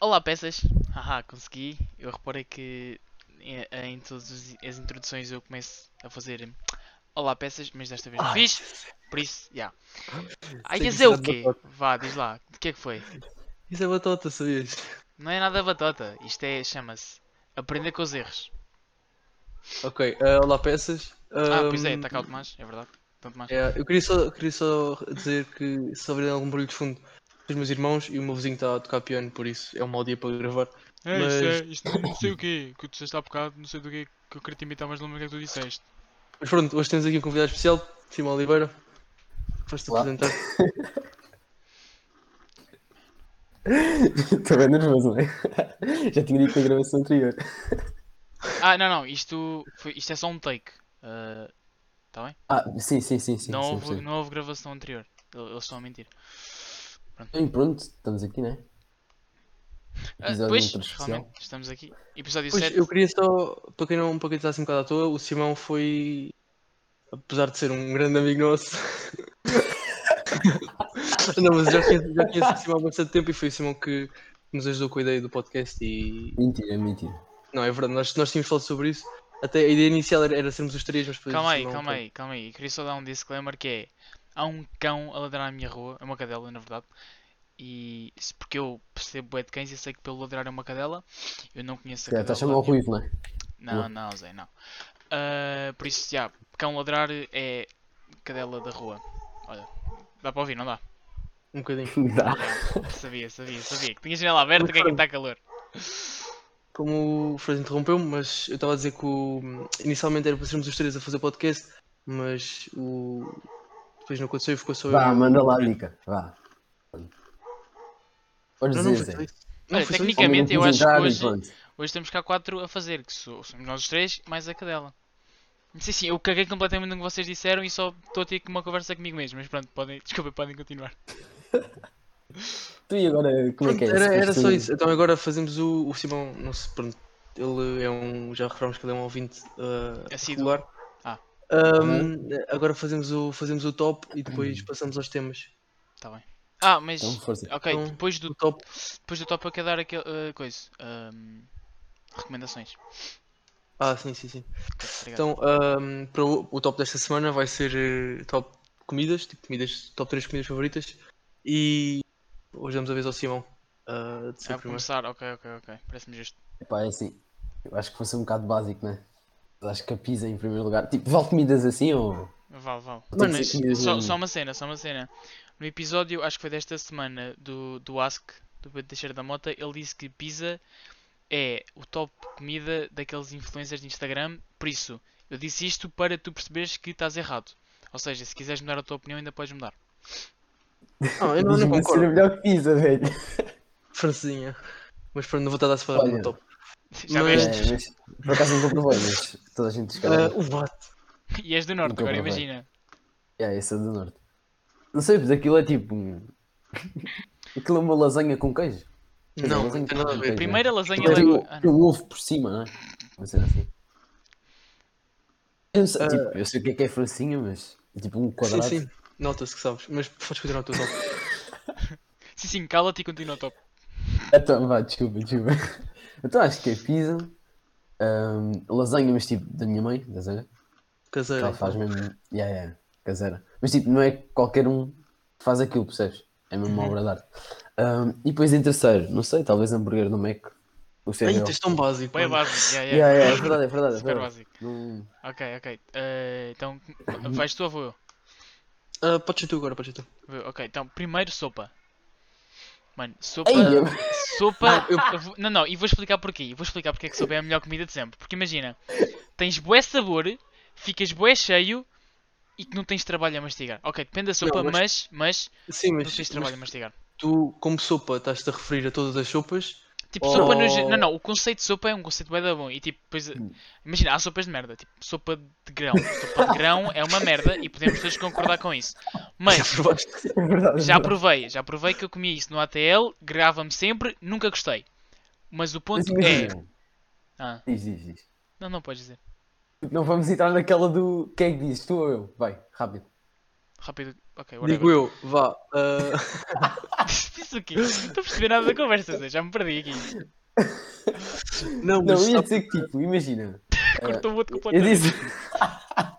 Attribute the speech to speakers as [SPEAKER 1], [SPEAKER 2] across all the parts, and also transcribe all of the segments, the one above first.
[SPEAKER 1] Olá, peças! Haha, consegui. Eu reparei que em, em todas as- as introduções eu começo a fazer Olá, peças, mas desta vez não
[SPEAKER 2] Ai,
[SPEAKER 1] fiz. Por isso, já. Aí ia
[SPEAKER 2] Sei que
[SPEAKER 1] dizer o
[SPEAKER 2] isso é
[SPEAKER 1] quê?
[SPEAKER 2] batota.
[SPEAKER 1] Vá, diz lá. O que é que foi?
[SPEAKER 2] Isso é batota, sabias?
[SPEAKER 1] Não é nada batota. Isto é, chama-se Aprender com os erros.
[SPEAKER 2] Ok, eh, olá peças.
[SPEAKER 1] Ah, pois é,
[SPEAKER 2] Ahm,
[SPEAKER 1] está cá o Tomás, é verdade. Então, Tomás.
[SPEAKER 2] Hum. é, eu queria só, queria só dizer que se houver algum barulho de fundo, são os meus irmãos e o meu vizinho está a tocar piano, por isso é um mau dia para gravar.
[SPEAKER 3] É, isto
[SPEAKER 2] Mas-
[SPEAKER 3] é, isto não sei o quê, que tu disseste há bocado, não sei do quê, que eu queria te imitar, mas não lembro o que é que tu disseste.
[SPEAKER 2] Mas pronto, hoje temos aqui um convidado especial, Simão Oliveira. Vais-te
[SPEAKER 4] Olá.
[SPEAKER 2] apresentar.
[SPEAKER 4] Estou bem nervoso, mãe. Já tinha dito na gravação anterior.
[SPEAKER 1] Ah, não, não, isto, foi, isto é só um take. Ah,
[SPEAKER 4] Ah, sim, sim, sim, sim.
[SPEAKER 1] não,
[SPEAKER 4] sim,
[SPEAKER 1] houve,
[SPEAKER 4] sim.
[SPEAKER 1] não houve gravação anterior. Eles eles estão a mentir.
[SPEAKER 4] Bem, pronto, estamos aqui, né?
[SPEAKER 1] Ah,
[SPEAKER 4] Episódio um,
[SPEAKER 1] pois,
[SPEAKER 4] ultra especial.
[SPEAKER 1] realmente, estamos aqui. Episódio
[SPEAKER 2] Pois,
[SPEAKER 1] 7.
[SPEAKER 2] eu queria só, para quem não para quem está assim um bocado à toa, o Simão foi, apesar de ser um grande amigo nosso. não, mas já conheço, já conheço o Simão há bastante tempo e foi o Simão que nos ajudou com a ideia do podcast e.
[SPEAKER 4] Mentira, mentira.
[SPEAKER 2] Não, é verdade, nós, nós tínhamos falado sobre isso. Até a ideia inicial era, era sermos os três, mas depois. assim, o
[SPEAKER 1] Calma aí,
[SPEAKER 2] Simão,
[SPEAKER 1] calma aí, calma aí. Eu queria só dar um disclaimer que é há um cão a ladrar na minha rua, é uma cadela na verdade, e se- porque eu percebo bué de cães e sei que pelo ladrar é uma cadela, eu não conheço a
[SPEAKER 4] Já,
[SPEAKER 1] cadela.
[SPEAKER 4] Estás a chamar o
[SPEAKER 1] de lado
[SPEAKER 4] ruído, não é?
[SPEAKER 1] nenhum. Não, não, Zé, não. Ah, por isso, já, cão ladrar é cadela da rua. Olha, dá para ouvir, não dá?
[SPEAKER 2] Um bocadinho.
[SPEAKER 4] Dá.
[SPEAKER 1] Sabia, sabia, sabia. Que tinha janela aberta, que é que está calor.
[SPEAKER 2] Como o Fred interrompeu-me, mas eu estava a dizer que o- inicialmente era para sermos os três a fazer podcast, mas o. Depois não aconteceu e ficou
[SPEAKER 1] um
[SPEAKER 2] só eu.
[SPEAKER 4] Vá, manda lá a dica. Vá. Olha,
[SPEAKER 2] Não,
[SPEAKER 4] Zé,
[SPEAKER 2] não foi
[SPEAKER 4] Zé.
[SPEAKER 2] só isso.
[SPEAKER 1] Olha,
[SPEAKER 2] foi só isso.
[SPEAKER 1] tecnicamente- eu acho que
[SPEAKER 4] Homem
[SPEAKER 1] hoje-
[SPEAKER 4] não quis entrar e pronto.
[SPEAKER 1] Hoje temos cá quatro a fazer, que so- somos nós os três, mais a cadela. Sim, sim, eu caguei completamente no que vocês disseram e só estou a ter aqui uma conversa comigo mesmo, mas pronto, podem, desculpa, podem continuar.
[SPEAKER 4] Tu e agora, como é que é?
[SPEAKER 2] Pronto, era, era
[SPEAKER 4] Foste-
[SPEAKER 2] só isso. Então agora fazemos o, o Simão, não sei, pronto, ele é um, já referámos que ele é um ouvinte uh,
[SPEAKER 1] Assíduo.
[SPEAKER 2] regular.
[SPEAKER 1] Ah.
[SPEAKER 2] Ahm,
[SPEAKER 4] Uhum.
[SPEAKER 2] agora fazemos o, fazemos o top e depois passamos aos temas.
[SPEAKER 1] Tá bem. Ah, mas.
[SPEAKER 4] Então, força.
[SPEAKER 1] Ok,
[SPEAKER 2] Então,
[SPEAKER 1] depois
[SPEAKER 2] O
[SPEAKER 1] do,
[SPEAKER 2] top,
[SPEAKER 1] depois do top eu quero dar aquele. ah, coisa. ahm, recomendações.
[SPEAKER 2] ah sim, sim, sim.
[SPEAKER 1] Ok, obrigado.
[SPEAKER 2] Então ahm, para o, o top desta semana vai ser eh, top comidas, tipo comidas, top 3 comidas favoritas e hoje damos a vez ao Simão. ah, de ser
[SPEAKER 1] Ah,
[SPEAKER 2] o
[SPEAKER 1] vou
[SPEAKER 2] primeiro.
[SPEAKER 1] começar, ok, ok, ok. Parece-me justo.
[SPEAKER 4] Epá, é assim. Eu acho que fosse um bocado básico, né? Mas Acho que a pizza em primeiro lugar. Tipo, vale comidas assim ou.
[SPEAKER 1] Vale, vale.
[SPEAKER 4] Mano,
[SPEAKER 1] mas
[SPEAKER 4] sim, sim,
[SPEAKER 1] só,
[SPEAKER 4] sim.
[SPEAKER 1] só uma cena, só uma cena. No episódio, acho que foi desta semana, do, do Ask, do Pedro Teixeira da Mota, ele disse que pizza é o top comida daqueles influencers de Instagram. Por isso, eu disse isto para tu perceberes que estás errado. Ou seja, se quiseres mudar a tua opinião, ainda podes mudar.
[SPEAKER 2] Não, eu não, não
[SPEAKER 4] Diz-me ser a
[SPEAKER 2] concordo.
[SPEAKER 4] melhor pizza, velho.
[SPEAKER 2] Francesinha. Mas pronto, não vou estar a dar separado no
[SPEAKER 4] Olha,
[SPEAKER 2] top.
[SPEAKER 1] Já
[SPEAKER 2] Não é-
[SPEAKER 1] veste?
[SPEAKER 4] É, mas, por acaso não comprovei, mas toda a gente descarga.
[SPEAKER 2] Ah, o Vato.
[SPEAKER 1] E és do Norte,
[SPEAKER 4] nunca
[SPEAKER 1] agora
[SPEAKER 4] provei.
[SPEAKER 1] imagina.
[SPEAKER 4] É, esse é do norte. Não sei, mas aquilo é tipo. um- aquilo é uma lasanha com queijo. Quer dizer,
[SPEAKER 2] Não,
[SPEAKER 4] lasanha
[SPEAKER 2] não tem nada a
[SPEAKER 4] com
[SPEAKER 2] ver.
[SPEAKER 4] queijo,
[SPEAKER 1] Primeiro a lasanha
[SPEAKER 4] Aquilo é
[SPEAKER 1] leva.
[SPEAKER 4] tipo
[SPEAKER 1] Ah,
[SPEAKER 4] um
[SPEAKER 1] não.
[SPEAKER 4] ovo por cima, não é? Uma cena assim. Eu, não sei, tipo, eu sei o que é que é francinha, mas. é Tipo um
[SPEAKER 2] Ah. Sim,
[SPEAKER 4] quadrado.
[SPEAKER 2] sim. Nota-se que sabes, mas podes continuar o teu top.
[SPEAKER 1] Sim, sim, cala-te e continua o top.
[SPEAKER 4] Então, vá, desculpa, desculpa. Então acho que é pizza. ahm, lasanha, mas tipo da minha mãe, da Zara. Que
[SPEAKER 2] Caseiro.
[SPEAKER 4] ela faz mesmo. Yeah, yeah, caseira. Mas tipo, não é qualquer um que faz aquilo, percebes? É mesmo
[SPEAKER 1] Uhum.
[SPEAKER 4] uma obra de arte. Ahm, e depois em terceiro, não sei, talvez hambúrguer no Mac. O
[SPEAKER 2] Ai,
[SPEAKER 4] cereal.
[SPEAKER 2] isto é tão básico.
[SPEAKER 1] Bem
[SPEAKER 2] mano.
[SPEAKER 1] básico, yeah,
[SPEAKER 4] Yeah,
[SPEAKER 1] yeah.
[SPEAKER 4] yeah, é verdade, é verdade. É
[SPEAKER 1] Super
[SPEAKER 4] verdade.
[SPEAKER 1] básico.
[SPEAKER 4] Não-
[SPEAKER 1] Ok, ok. Ah, então, vais tu ou vou eu?
[SPEAKER 2] Ah, podes ser tu agora, podes ser tu.
[SPEAKER 1] Vê, Ok, então primeiro sopa. Mano, sopa.
[SPEAKER 4] Ei, eu-
[SPEAKER 1] Sopa. eu vou- Não, não, e vou explicar porquê. E Vou explicar porque é que sopa é a melhor comida de sempre. Porque imagina, tens bué sabor, ficas bué cheio e que não tens trabalho a mastigar. Ok, depende da sopa,
[SPEAKER 2] Não,
[SPEAKER 1] mas, mas,
[SPEAKER 2] Sim,
[SPEAKER 1] não
[SPEAKER 2] mas,
[SPEAKER 1] tens
[SPEAKER 2] mas
[SPEAKER 1] trabalho a mastigar.
[SPEAKER 2] tu, como sopa, estás-te a referir a todas as sopas.
[SPEAKER 1] Tipo,
[SPEAKER 2] Oh.
[SPEAKER 1] sopa no. ge- Não, não, o conceito de sopa é um conceito bué da bom. E tipo, depois. Imagina, há sopas de merda. Tipo, sopa de grão. Sopa de grão é uma merda e podemos todos concordar com isso. Mas.
[SPEAKER 2] provaste.
[SPEAKER 4] É verdade. é
[SPEAKER 1] Já
[SPEAKER 4] verdade.
[SPEAKER 1] provei, já provei que eu comia isso no ATL, grava-me sempre, nunca gostei. Mas o
[SPEAKER 4] Mas
[SPEAKER 1] ponto é.
[SPEAKER 4] imagina.
[SPEAKER 1] Ah,
[SPEAKER 4] Diz, diz, diz.
[SPEAKER 1] não, não podes dizer.
[SPEAKER 4] Não vamos entrar naquela do. Quem é que diz? Tu ou eu? Vai, rápido.
[SPEAKER 1] Rápido. Ok,
[SPEAKER 2] Digo eu, vá. ah,
[SPEAKER 1] Disse o quê? Não estou a perceber nada da conversa, Zé, já me perdi aqui.
[SPEAKER 2] não,
[SPEAKER 4] Não,
[SPEAKER 2] mas
[SPEAKER 4] eu ia
[SPEAKER 2] sabe-
[SPEAKER 4] dizer que tipo, imagina.
[SPEAKER 1] Cortou o outro
[SPEAKER 4] Eu
[SPEAKER 1] completamente.
[SPEAKER 4] disse.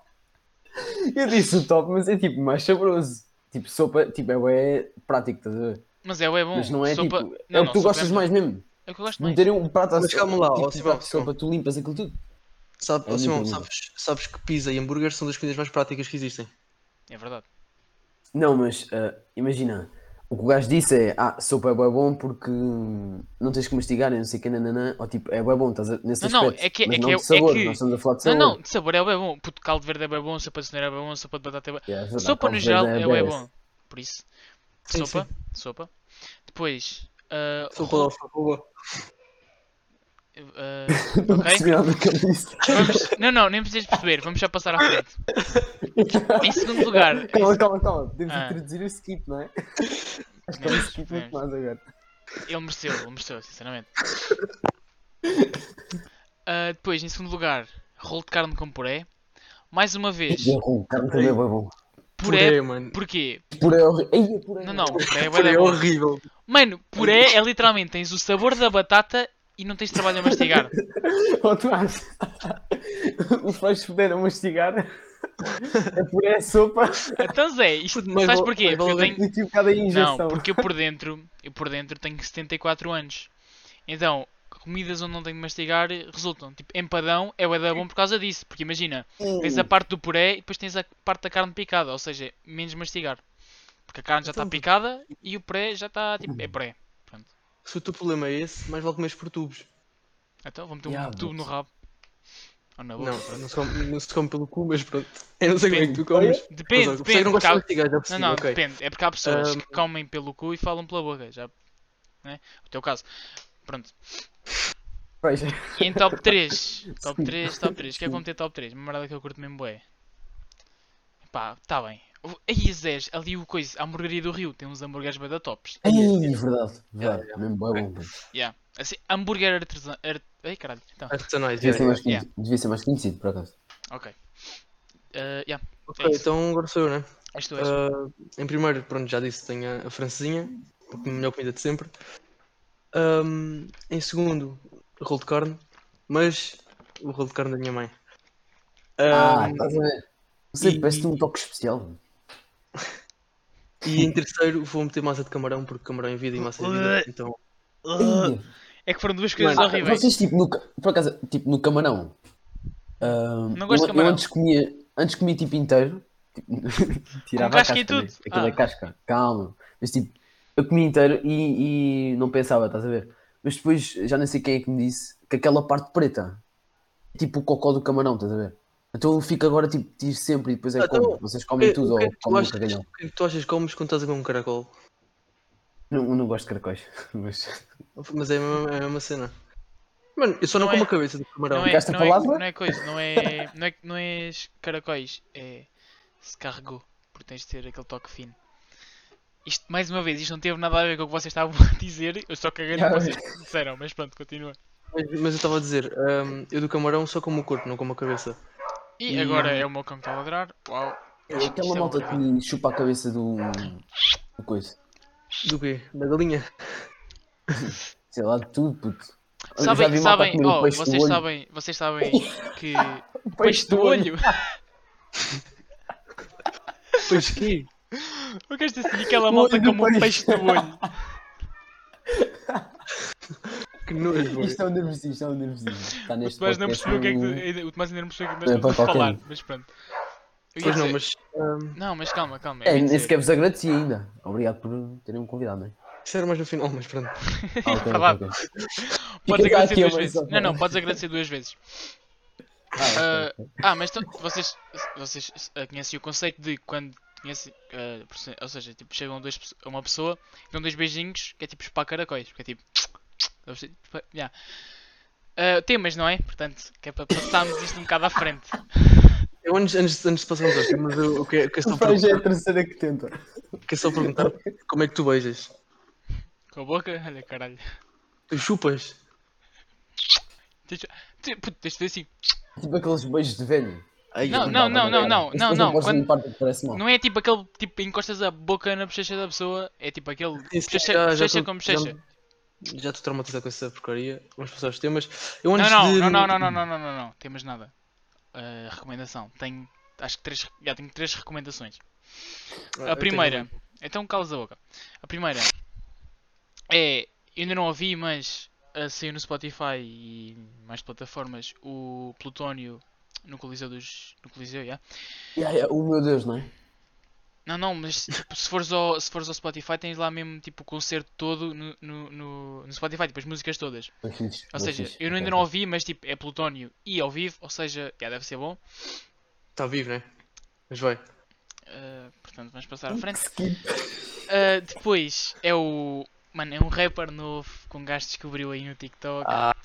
[SPEAKER 4] eu disse o top, mas é tipo mais saboroso. Tipo, sopa, tipo, é bué prático, estás a ver?
[SPEAKER 1] Mas é, é bom.
[SPEAKER 4] Mas não é
[SPEAKER 1] Sopa-
[SPEAKER 4] tipo.
[SPEAKER 1] Não,
[SPEAKER 4] é o
[SPEAKER 1] não,
[SPEAKER 4] que tu
[SPEAKER 1] sopa
[SPEAKER 4] gostas
[SPEAKER 1] bom.
[SPEAKER 4] mais mesmo.
[SPEAKER 1] É o que eu gosto mais.
[SPEAKER 4] Meterem um prato à
[SPEAKER 2] Mas calma lá, ó,
[SPEAKER 4] tipo,
[SPEAKER 2] Simão,
[SPEAKER 4] prato de sopa, tu limpas aquilo tudo.
[SPEAKER 2] sabe,
[SPEAKER 4] É a
[SPEAKER 2] ó,
[SPEAKER 4] minha
[SPEAKER 2] Simão,
[SPEAKER 4] pergunta.
[SPEAKER 2] sabes, sabes que pizza e hambúrguer são das comidas mais práticas que existem.
[SPEAKER 1] É verdade.
[SPEAKER 4] Não, mas ah, imagina, o que o gajo disse é, ah, sopa é bué bom porque hum, não tens que mastigar, e não sei o que, nananã, ou tipo, é bué bom, estás a, nesse
[SPEAKER 1] Não, não,
[SPEAKER 4] aspecto,
[SPEAKER 1] é que- é
[SPEAKER 4] mas
[SPEAKER 1] que
[SPEAKER 4] não
[SPEAKER 1] eu- é
[SPEAKER 4] de sabor,
[SPEAKER 1] que-
[SPEAKER 4] nós estamos a falar de
[SPEAKER 1] Não,
[SPEAKER 4] sabor.
[SPEAKER 1] não, de sabor é bem bom. Puto, caldo verde é bem bom, sopa de cenoura é bem bom, sopa de batata é bem
[SPEAKER 4] Yeah, é verdade,
[SPEAKER 1] Sopa no
[SPEAKER 4] talvez
[SPEAKER 1] geral
[SPEAKER 4] é
[SPEAKER 1] é
[SPEAKER 4] bué
[SPEAKER 1] bem
[SPEAKER 4] esse.
[SPEAKER 1] bom. Por isso.
[SPEAKER 2] Sim,
[SPEAKER 1] sopa, sopa. Depois. ah,
[SPEAKER 2] Sopa de alfaboa.
[SPEAKER 1] ro- ah,
[SPEAKER 4] Não
[SPEAKER 1] ok?
[SPEAKER 4] percebi nada do que ele disse.
[SPEAKER 1] Vamos- Não, não, nem precisas perceber, vamos já passar à frente. Em segundo lugar, em
[SPEAKER 4] Calma, calma, calma, temos
[SPEAKER 1] Ah.
[SPEAKER 4] de traduzir o skip, não é? Acho que é um
[SPEAKER 1] Mesmo,
[SPEAKER 4] skip
[SPEAKER 1] mesmo.
[SPEAKER 4] muito mais agora.
[SPEAKER 1] Ele mereceu, ele mereceu, sinceramente. Ah, depois, em segundo lugar, rolo de carne com puré. Mais uma vez,
[SPEAKER 4] E é bom, carne também é bué bom.
[SPEAKER 1] puré.
[SPEAKER 2] mano.
[SPEAKER 1] Porquê?
[SPEAKER 4] Puré é horrível. Ei, é puré.
[SPEAKER 1] Não, não, puré é bué
[SPEAKER 2] Purê
[SPEAKER 1] da
[SPEAKER 2] é
[SPEAKER 1] bom.
[SPEAKER 2] horrível.
[SPEAKER 1] Mano, puré é literalmente, tens o sabor da batata e não tens trabalho a mastigar.
[SPEAKER 4] Ou tu achas? Os pais puderam mastigar. É puré, é sopa.
[SPEAKER 1] Então, Zé, isto,
[SPEAKER 2] Puto, mas
[SPEAKER 1] sabes
[SPEAKER 2] vou-
[SPEAKER 1] porquê?
[SPEAKER 2] mas
[SPEAKER 1] Porque eu
[SPEAKER 2] vou-
[SPEAKER 1] tenho,
[SPEAKER 4] E tive cada injeção.
[SPEAKER 1] Não, porque eu por dentro, eu por dentro tenho 74 anos. Então, comidas onde não tenho que mastigar resultam. Tipo, empadão é bué da bom por causa disso. Porque imagina,
[SPEAKER 4] Hum,
[SPEAKER 1] tens a parte do puré e depois tens a parte da carne picada, ou seja, menos mastigar. Porque a carne já está
[SPEAKER 2] Então,
[SPEAKER 1] picada e o puré já está, tipo, é puré.
[SPEAKER 2] Se o teu problema é esse, mais vale comeres por tubos.
[SPEAKER 1] Então, vou meter um
[SPEAKER 4] Diabo.
[SPEAKER 1] tubo no rabo. Ou na boca.
[SPEAKER 2] Não, não se, come, não se come pelo cu, mas pronto. Eu não sei como é que tu
[SPEAKER 4] Olha,
[SPEAKER 2] comes.
[SPEAKER 1] Depende,
[SPEAKER 2] mas, olha,
[SPEAKER 1] depende. porque
[SPEAKER 2] Não gosto de
[SPEAKER 1] há-
[SPEAKER 2] mastigar, já
[SPEAKER 1] Não,
[SPEAKER 2] percebi,
[SPEAKER 1] não,
[SPEAKER 2] ok.
[SPEAKER 1] depende. É porque há pessoas
[SPEAKER 2] Ahm.
[SPEAKER 1] que comem pelo cu e falam pela boca. Já. Né? O teu caso. Pronto.
[SPEAKER 4] Pois.
[SPEAKER 1] E em top 3, top
[SPEAKER 4] Sim.
[SPEAKER 1] 3, top é 3, quer
[SPEAKER 4] Sim.
[SPEAKER 1] cometer top 3, uma merda que eu curto mesmo bué. Pá, tá bem. O- Aí Zés, ali o coisa, a hamburgueria do Rio, tem uns hambúrgueres bem da tops.
[SPEAKER 4] Ei, é verdade. Verdade. Mesmo bué bom.
[SPEAKER 1] Yeah. Assim, hambúrguer artesã... Art... Ai caralho, então,
[SPEAKER 2] Artesanais,
[SPEAKER 4] Devia
[SPEAKER 2] já,
[SPEAKER 4] ser
[SPEAKER 2] já.
[SPEAKER 4] mais conhecido- devia ser mais conhecido, por acaso.
[SPEAKER 1] ok. Uh, yeah, é.
[SPEAKER 2] Ok, então agora sou eu, né?
[SPEAKER 1] és tu, és tu.
[SPEAKER 2] Ah, em primeiro, pronto, já disse, tenho a, a francesinha, a melhor comida de sempre. Ahm, em segundo, rolo de carne, mas o rolo de carne da minha mãe.
[SPEAKER 4] Ah,
[SPEAKER 2] Ahm,
[SPEAKER 4] estás a ver? Não sei,
[SPEAKER 2] e-
[SPEAKER 4] parece-te um toque especial.
[SPEAKER 2] e em terceiro, vou meter massa de camarão, porque camarão em vida e massa em vida. Então,
[SPEAKER 4] Ei,
[SPEAKER 1] É que foram duas coisas
[SPEAKER 2] Mano,
[SPEAKER 1] horríveis.
[SPEAKER 4] Vocês, tipo, no, ca- por acaso, tipo, no camarão. ah,
[SPEAKER 1] Não gosto de
[SPEAKER 4] eu-
[SPEAKER 1] camarão.
[SPEAKER 4] Eu antes comia, antes comia tipo inteiro. tipo, tirava a
[SPEAKER 1] casca
[SPEAKER 4] casca.
[SPEAKER 1] e tudo.
[SPEAKER 4] né? Aquilo é
[SPEAKER 1] Ah.
[SPEAKER 4] casca. Calma. Mas tipo, eu comia inteiro e, e não pensava, estás a ver? Mas depois já nem sei quem é que me disse que aquela parte preta é tipo o cocó do camarão, estás a ver? Então eu fico agora tipo, tiro sempre e depois é
[SPEAKER 2] Ah, então,
[SPEAKER 4] como. Vocês comem
[SPEAKER 2] eh,
[SPEAKER 4] tudo
[SPEAKER 2] o que é
[SPEAKER 4] ou
[SPEAKER 2] que tu
[SPEAKER 4] comem um
[SPEAKER 2] achas?
[SPEAKER 4] cagalhão.
[SPEAKER 2] o que é que tu achas que comes quando estás a comer um caracol?
[SPEAKER 4] Não, não gosto de caracóis. Mas...
[SPEAKER 2] Mas é a mesma, é a mesma cena. Mano, eu só não,
[SPEAKER 1] Não é-
[SPEAKER 2] como a cabeça do camarão.
[SPEAKER 1] Não é,
[SPEAKER 4] Ficaste a
[SPEAKER 1] não, é,
[SPEAKER 4] palavra?
[SPEAKER 1] não é coisa, não é, não é, não é caracóis, é se carregou, porque tens de ter aquele toque fino. Isto, mais uma vez, isto não teve nada a ver com o que vocês estavam a dizer, eu só caguei no que
[SPEAKER 4] Ah,
[SPEAKER 1] vocês disseram, mas pronto, continua.
[SPEAKER 2] Mas, mas eu estava a dizer, ahm, eu do camarão só como o corpo, não como a cabeça.
[SPEAKER 1] E
[SPEAKER 4] E-
[SPEAKER 1] agora é o meu cão que está a ladrar, uau.
[SPEAKER 4] É
[SPEAKER 1] Isto
[SPEAKER 4] aquela
[SPEAKER 1] é
[SPEAKER 4] malta
[SPEAKER 1] maravilha.
[SPEAKER 4] que chupa a cabeça do. do coisa.
[SPEAKER 2] Do quê? Da galinha?
[SPEAKER 4] Sei lá, de tudo, puto. Eu já
[SPEAKER 1] Sabem,
[SPEAKER 4] vi malta a
[SPEAKER 1] sabem,
[SPEAKER 4] comer o
[SPEAKER 1] oh,
[SPEAKER 4] peixe do
[SPEAKER 1] vocês
[SPEAKER 4] olho.
[SPEAKER 1] sabem, vocês sabem que peixe do olho.
[SPEAKER 2] Pois quê?
[SPEAKER 1] Eu quero dizer assim, aquela
[SPEAKER 4] O
[SPEAKER 1] malta
[SPEAKER 4] olho do
[SPEAKER 1] como um peixe
[SPEAKER 4] peixe.
[SPEAKER 1] do olho.
[SPEAKER 2] Que nojo,
[SPEAKER 4] Isto é um nervosismo, isto é um nervosismo. Está
[SPEAKER 1] O
[SPEAKER 4] neste
[SPEAKER 1] Tomás não
[SPEAKER 4] podcast
[SPEAKER 1] percebeu o que é que
[SPEAKER 4] um-
[SPEAKER 1] ainda- o Tomás ainda não percebeu o que
[SPEAKER 4] É,
[SPEAKER 1] nós
[SPEAKER 4] para
[SPEAKER 1] estamos a
[SPEAKER 4] qualquer
[SPEAKER 1] falar,
[SPEAKER 4] um.
[SPEAKER 1] mas pronto. Eu ia
[SPEAKER 2] Pois não,
[SPEAKER 1] dizer-
[SPEAKER 2] mas ahm,
[SPEAKER 1] Não, mas calma, calma. eu
[SPEAKER 4] É,
[SPEAKER 1] ia
[SPEAKER 4] nem
[SPEAKER 1] dizer-
[SPEAKER 4] sequer vos agradeci ainda. Obrigado por terem me convidado, não é?
[SPEAKER 2] isso era mais no final, mas pronto.
[SPEAKER 4] Ah, ok, ok,
[SPEAKER 1] Verdade.
[SPEAKER 4] ok. Fica
[SPEAKER 1] Podes
[SPEAKER 4] cá
[SPEAKER 1] agradecer
[SPEAKER 4] aqui a
[SPEAKER 1] duas
[SPEAKER 4] mais
[SPEAKER 1] vezes.
[SPEAKER 4] uma.
[SPEAKER 1] Não, não, podes agradecer duas vezes.
[SPEAKER 4] Ah, ok.
[SPEAKER 1] Ah, mas então, vocês, vocês ah, conhecem o conceito de quando conhecem, ah, por se- ou seja, tipo, chegam dois, pesso- a uma pessoa, dão dois beijinhos, que é tipo chupar caracóis, que é tipo... dá-vos- tipo, yeah. Ah, temas, não é? Portanto, que é para passarmos isto um bocado à frente.
[SPEAKER 2] Eu antes, antes, antes de passarmos aos temas, eu, eu quero, quero só
[SPEAKER 4] O Fran já é a
[SPEAKER 2] perguntar,
[SPEAKER 4] terceira que tenta.
[SPEAKER 2] quero só perguntar como é que tu beijas?
[SPEAKER 1] Com a boca, olha caralho.
[SPEAKER 2] Tu chupas?
[SPEAKER 1] Tu- Puto, tens de fazer assim.
[SPEAKER 4] Tipo aqueles beijos de velho.
[SPEAKER 2] Ai,
[SPEAKER 1] Não,
[SPEAKER 2] eu
[SPEAKER 1] não,
[SPEAKER 2] dava,
[SPEAKER 1] não,
[SPEAKER 2] era.
[SPEAKER 1] não, não,
[SPEAKER 4] Mas
[SPEAKER 1] não,
[SPEAKER 4] depois
[SPEAKER 1] não.
[SPEAKER 4] podes
[SPEAKER 1] Quando-
[SPEAKER 4] limpar porque parece
[SPEAKER 2] Oh.
[SPEAKER 4] mal.
[SPEAKER 1] Não é tipo aquele tipo encostas a boca na bochecha da pessoa, é tipo aquele
[SPEAKER 2] Sim, sim,
[SPEAKER 1] bochecha,
[SPEAKER 2] já- já
[SPEAKER 1] bochecha
[SPEAKER 2] tô-
[SPEAKER 1] com bochecha.
[SPEAKER 2] Já, já estou traumatizado com essa porcaria. Vamos passar os temas. Eu
[SPEAKER 1] Não,
[SPEAKER 2] antes
[SPEAKER 1] não,
[SPEAKER 2] de... Ah,
[SPEAKER 1] não, não, não, não, não, não, não, não, temos nada. Ah, recomendação. Tenho acho que três, já tenho três recomendações.
[SPEAKER 2] Ah,
[SPEAKER 1] A
[SPEAKER 2] eu tenho
[SPEAKER 1] primeira,
[SPEAKER 2] uma.
[SPEAKER 1] então calas a boca. A primeira é, eu ainda não ouvi, mas ah, saiu no Spotify e mais plataformas o Plutónio no Coliseu dos no Coliseu, yeah.
[SPEAKER 4] Yeah, yeah, oh meu Deus, não é?
[SPEAKER 1] Não, não, mas tipo, se fores ao, se fores ao Spotify tens lá mesmo tipo o concerto todo no, no, no, no Spotify, tipo as músicas todas.
[SPEAKER 4] Bem fixe,
[SPEAKER 1] Ou
[SPEAKER 4] bem
[SPEAKER 1] seja,
[SPEAKER 4] fixe.
[SPEAKER 1] eu ainda não ouvi, mas tipo, é Plutónio e ao vivo, ou seja, já deve ser bom.
[SPEAKER 2] Está vivo, né? Mas vai.
[SPEAKER 1] Ah, portanto, vamos passar à frente.
[SPEAKER 4] Skip.
[SPEAKER 1] Ah, depois é o. Mano, é um rapper novo que um gajo descobriu aí no TikTok.
[SPEAKER 2] Ah,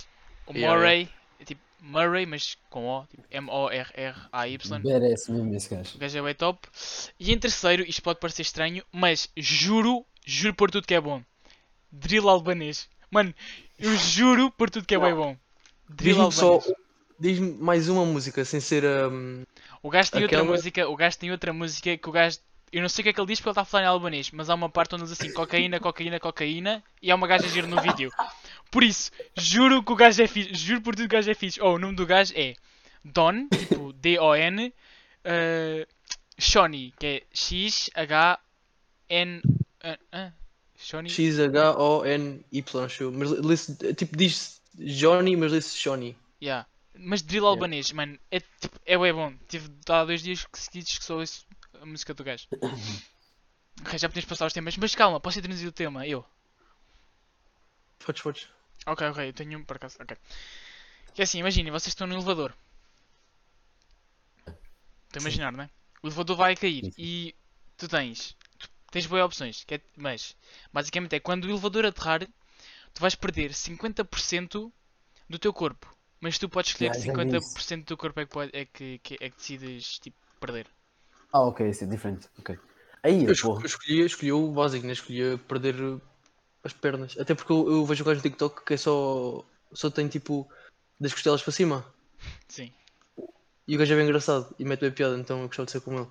[SPEAKER 1] o
[SPEAKER 2] yeah,
[SPEAKER 1] Murray. É tipo Murray, mas com O. Tipo, M-O-R-R-A-Y.
[SPEAKER 4] Merece mesmo esse gajo.
[SPEAKER 1] O gajo é bem top. E em terceiro, isto pode parecer estranho, mas juro, juro por tudo que é bom. Drill albanês. Mano, eu juro por tudo que é bem bom. Drill
[SPEAKER 2] diz-me só...
[SPEAKER 1] albanês.
[SPEAKER 2] Diz-me mais uma música, sem ser... hum,
[SPEAKER 1] O gajo tem outra
[SPEAKER 2] Aquela-
[SPEAKER 1] música, o gajo tem outra música que o gajo. Eu não sei o que é que ele diz porque ele está a falar em albanês, mas há uma parte onde ele diz assim cocaína, cocaína, cocaína e há uma gaja giro no vídeo. Por isso, juro que o gajo é fixe, juro por tudo que o gajo é fixe. Oh, o nome do gajo é Don, tipo D-O-N, eh, Shoni, que é X-H-N. ah, ah, Shoni?
[SPEAKER 2] X-H-O-N-Y, acho eu. Mas lê-se... Tipo, diz Johnny, mas lê-se Shoni.
[SPEAKER 1] Yeah. Mas drill albanês, mano, é tipo, é bué bom. Tive há dois dias que seguidos que só ouço a música do gajo. ok, já podemos passar os temas, mas calma, posso ter trazido o tema, eu.
[SPEAKER 2] Podes, podes.
[SPEAKER 1] Ok, ok, eu tenho um por acaso, ok. Que é assim, imaginem, vocês estão no elevador. Estou a imaginar, né? O elevador vai a cair e tu tens. tu tens boas opções, que é- mas basicamente é quando o elevador aterrar, tu vais perder 50% do teu corpo. Mas tu podes escolher
[SPEAKER 4] Yeah,
[SPEAKER 1] que
[SPEAKER 4] já vi isso.
[SPEAKER 1] 50% do teu corpo é que, pode- é que, que- é que decides tipo, perder.
[SPEAKER 4] Ah, ok, isso é diferente. Ok. Aí,
[SPEAKER 2] Eu, esco- eu
[SPEAKER 4] porra.
[SPEAKER 2] escolhi, eu escolhi o básico, né? Escolhi perder uh, as pernas. Até porque eu, eu vejo um gajo no TikTok que é só. só tem tipo. das costelas para cima.
[SPEAKER 1] Sim.
[SPEAKER 2] E o gajo é bem engraçado e mete bem piada, então eu gostava de ser como ele.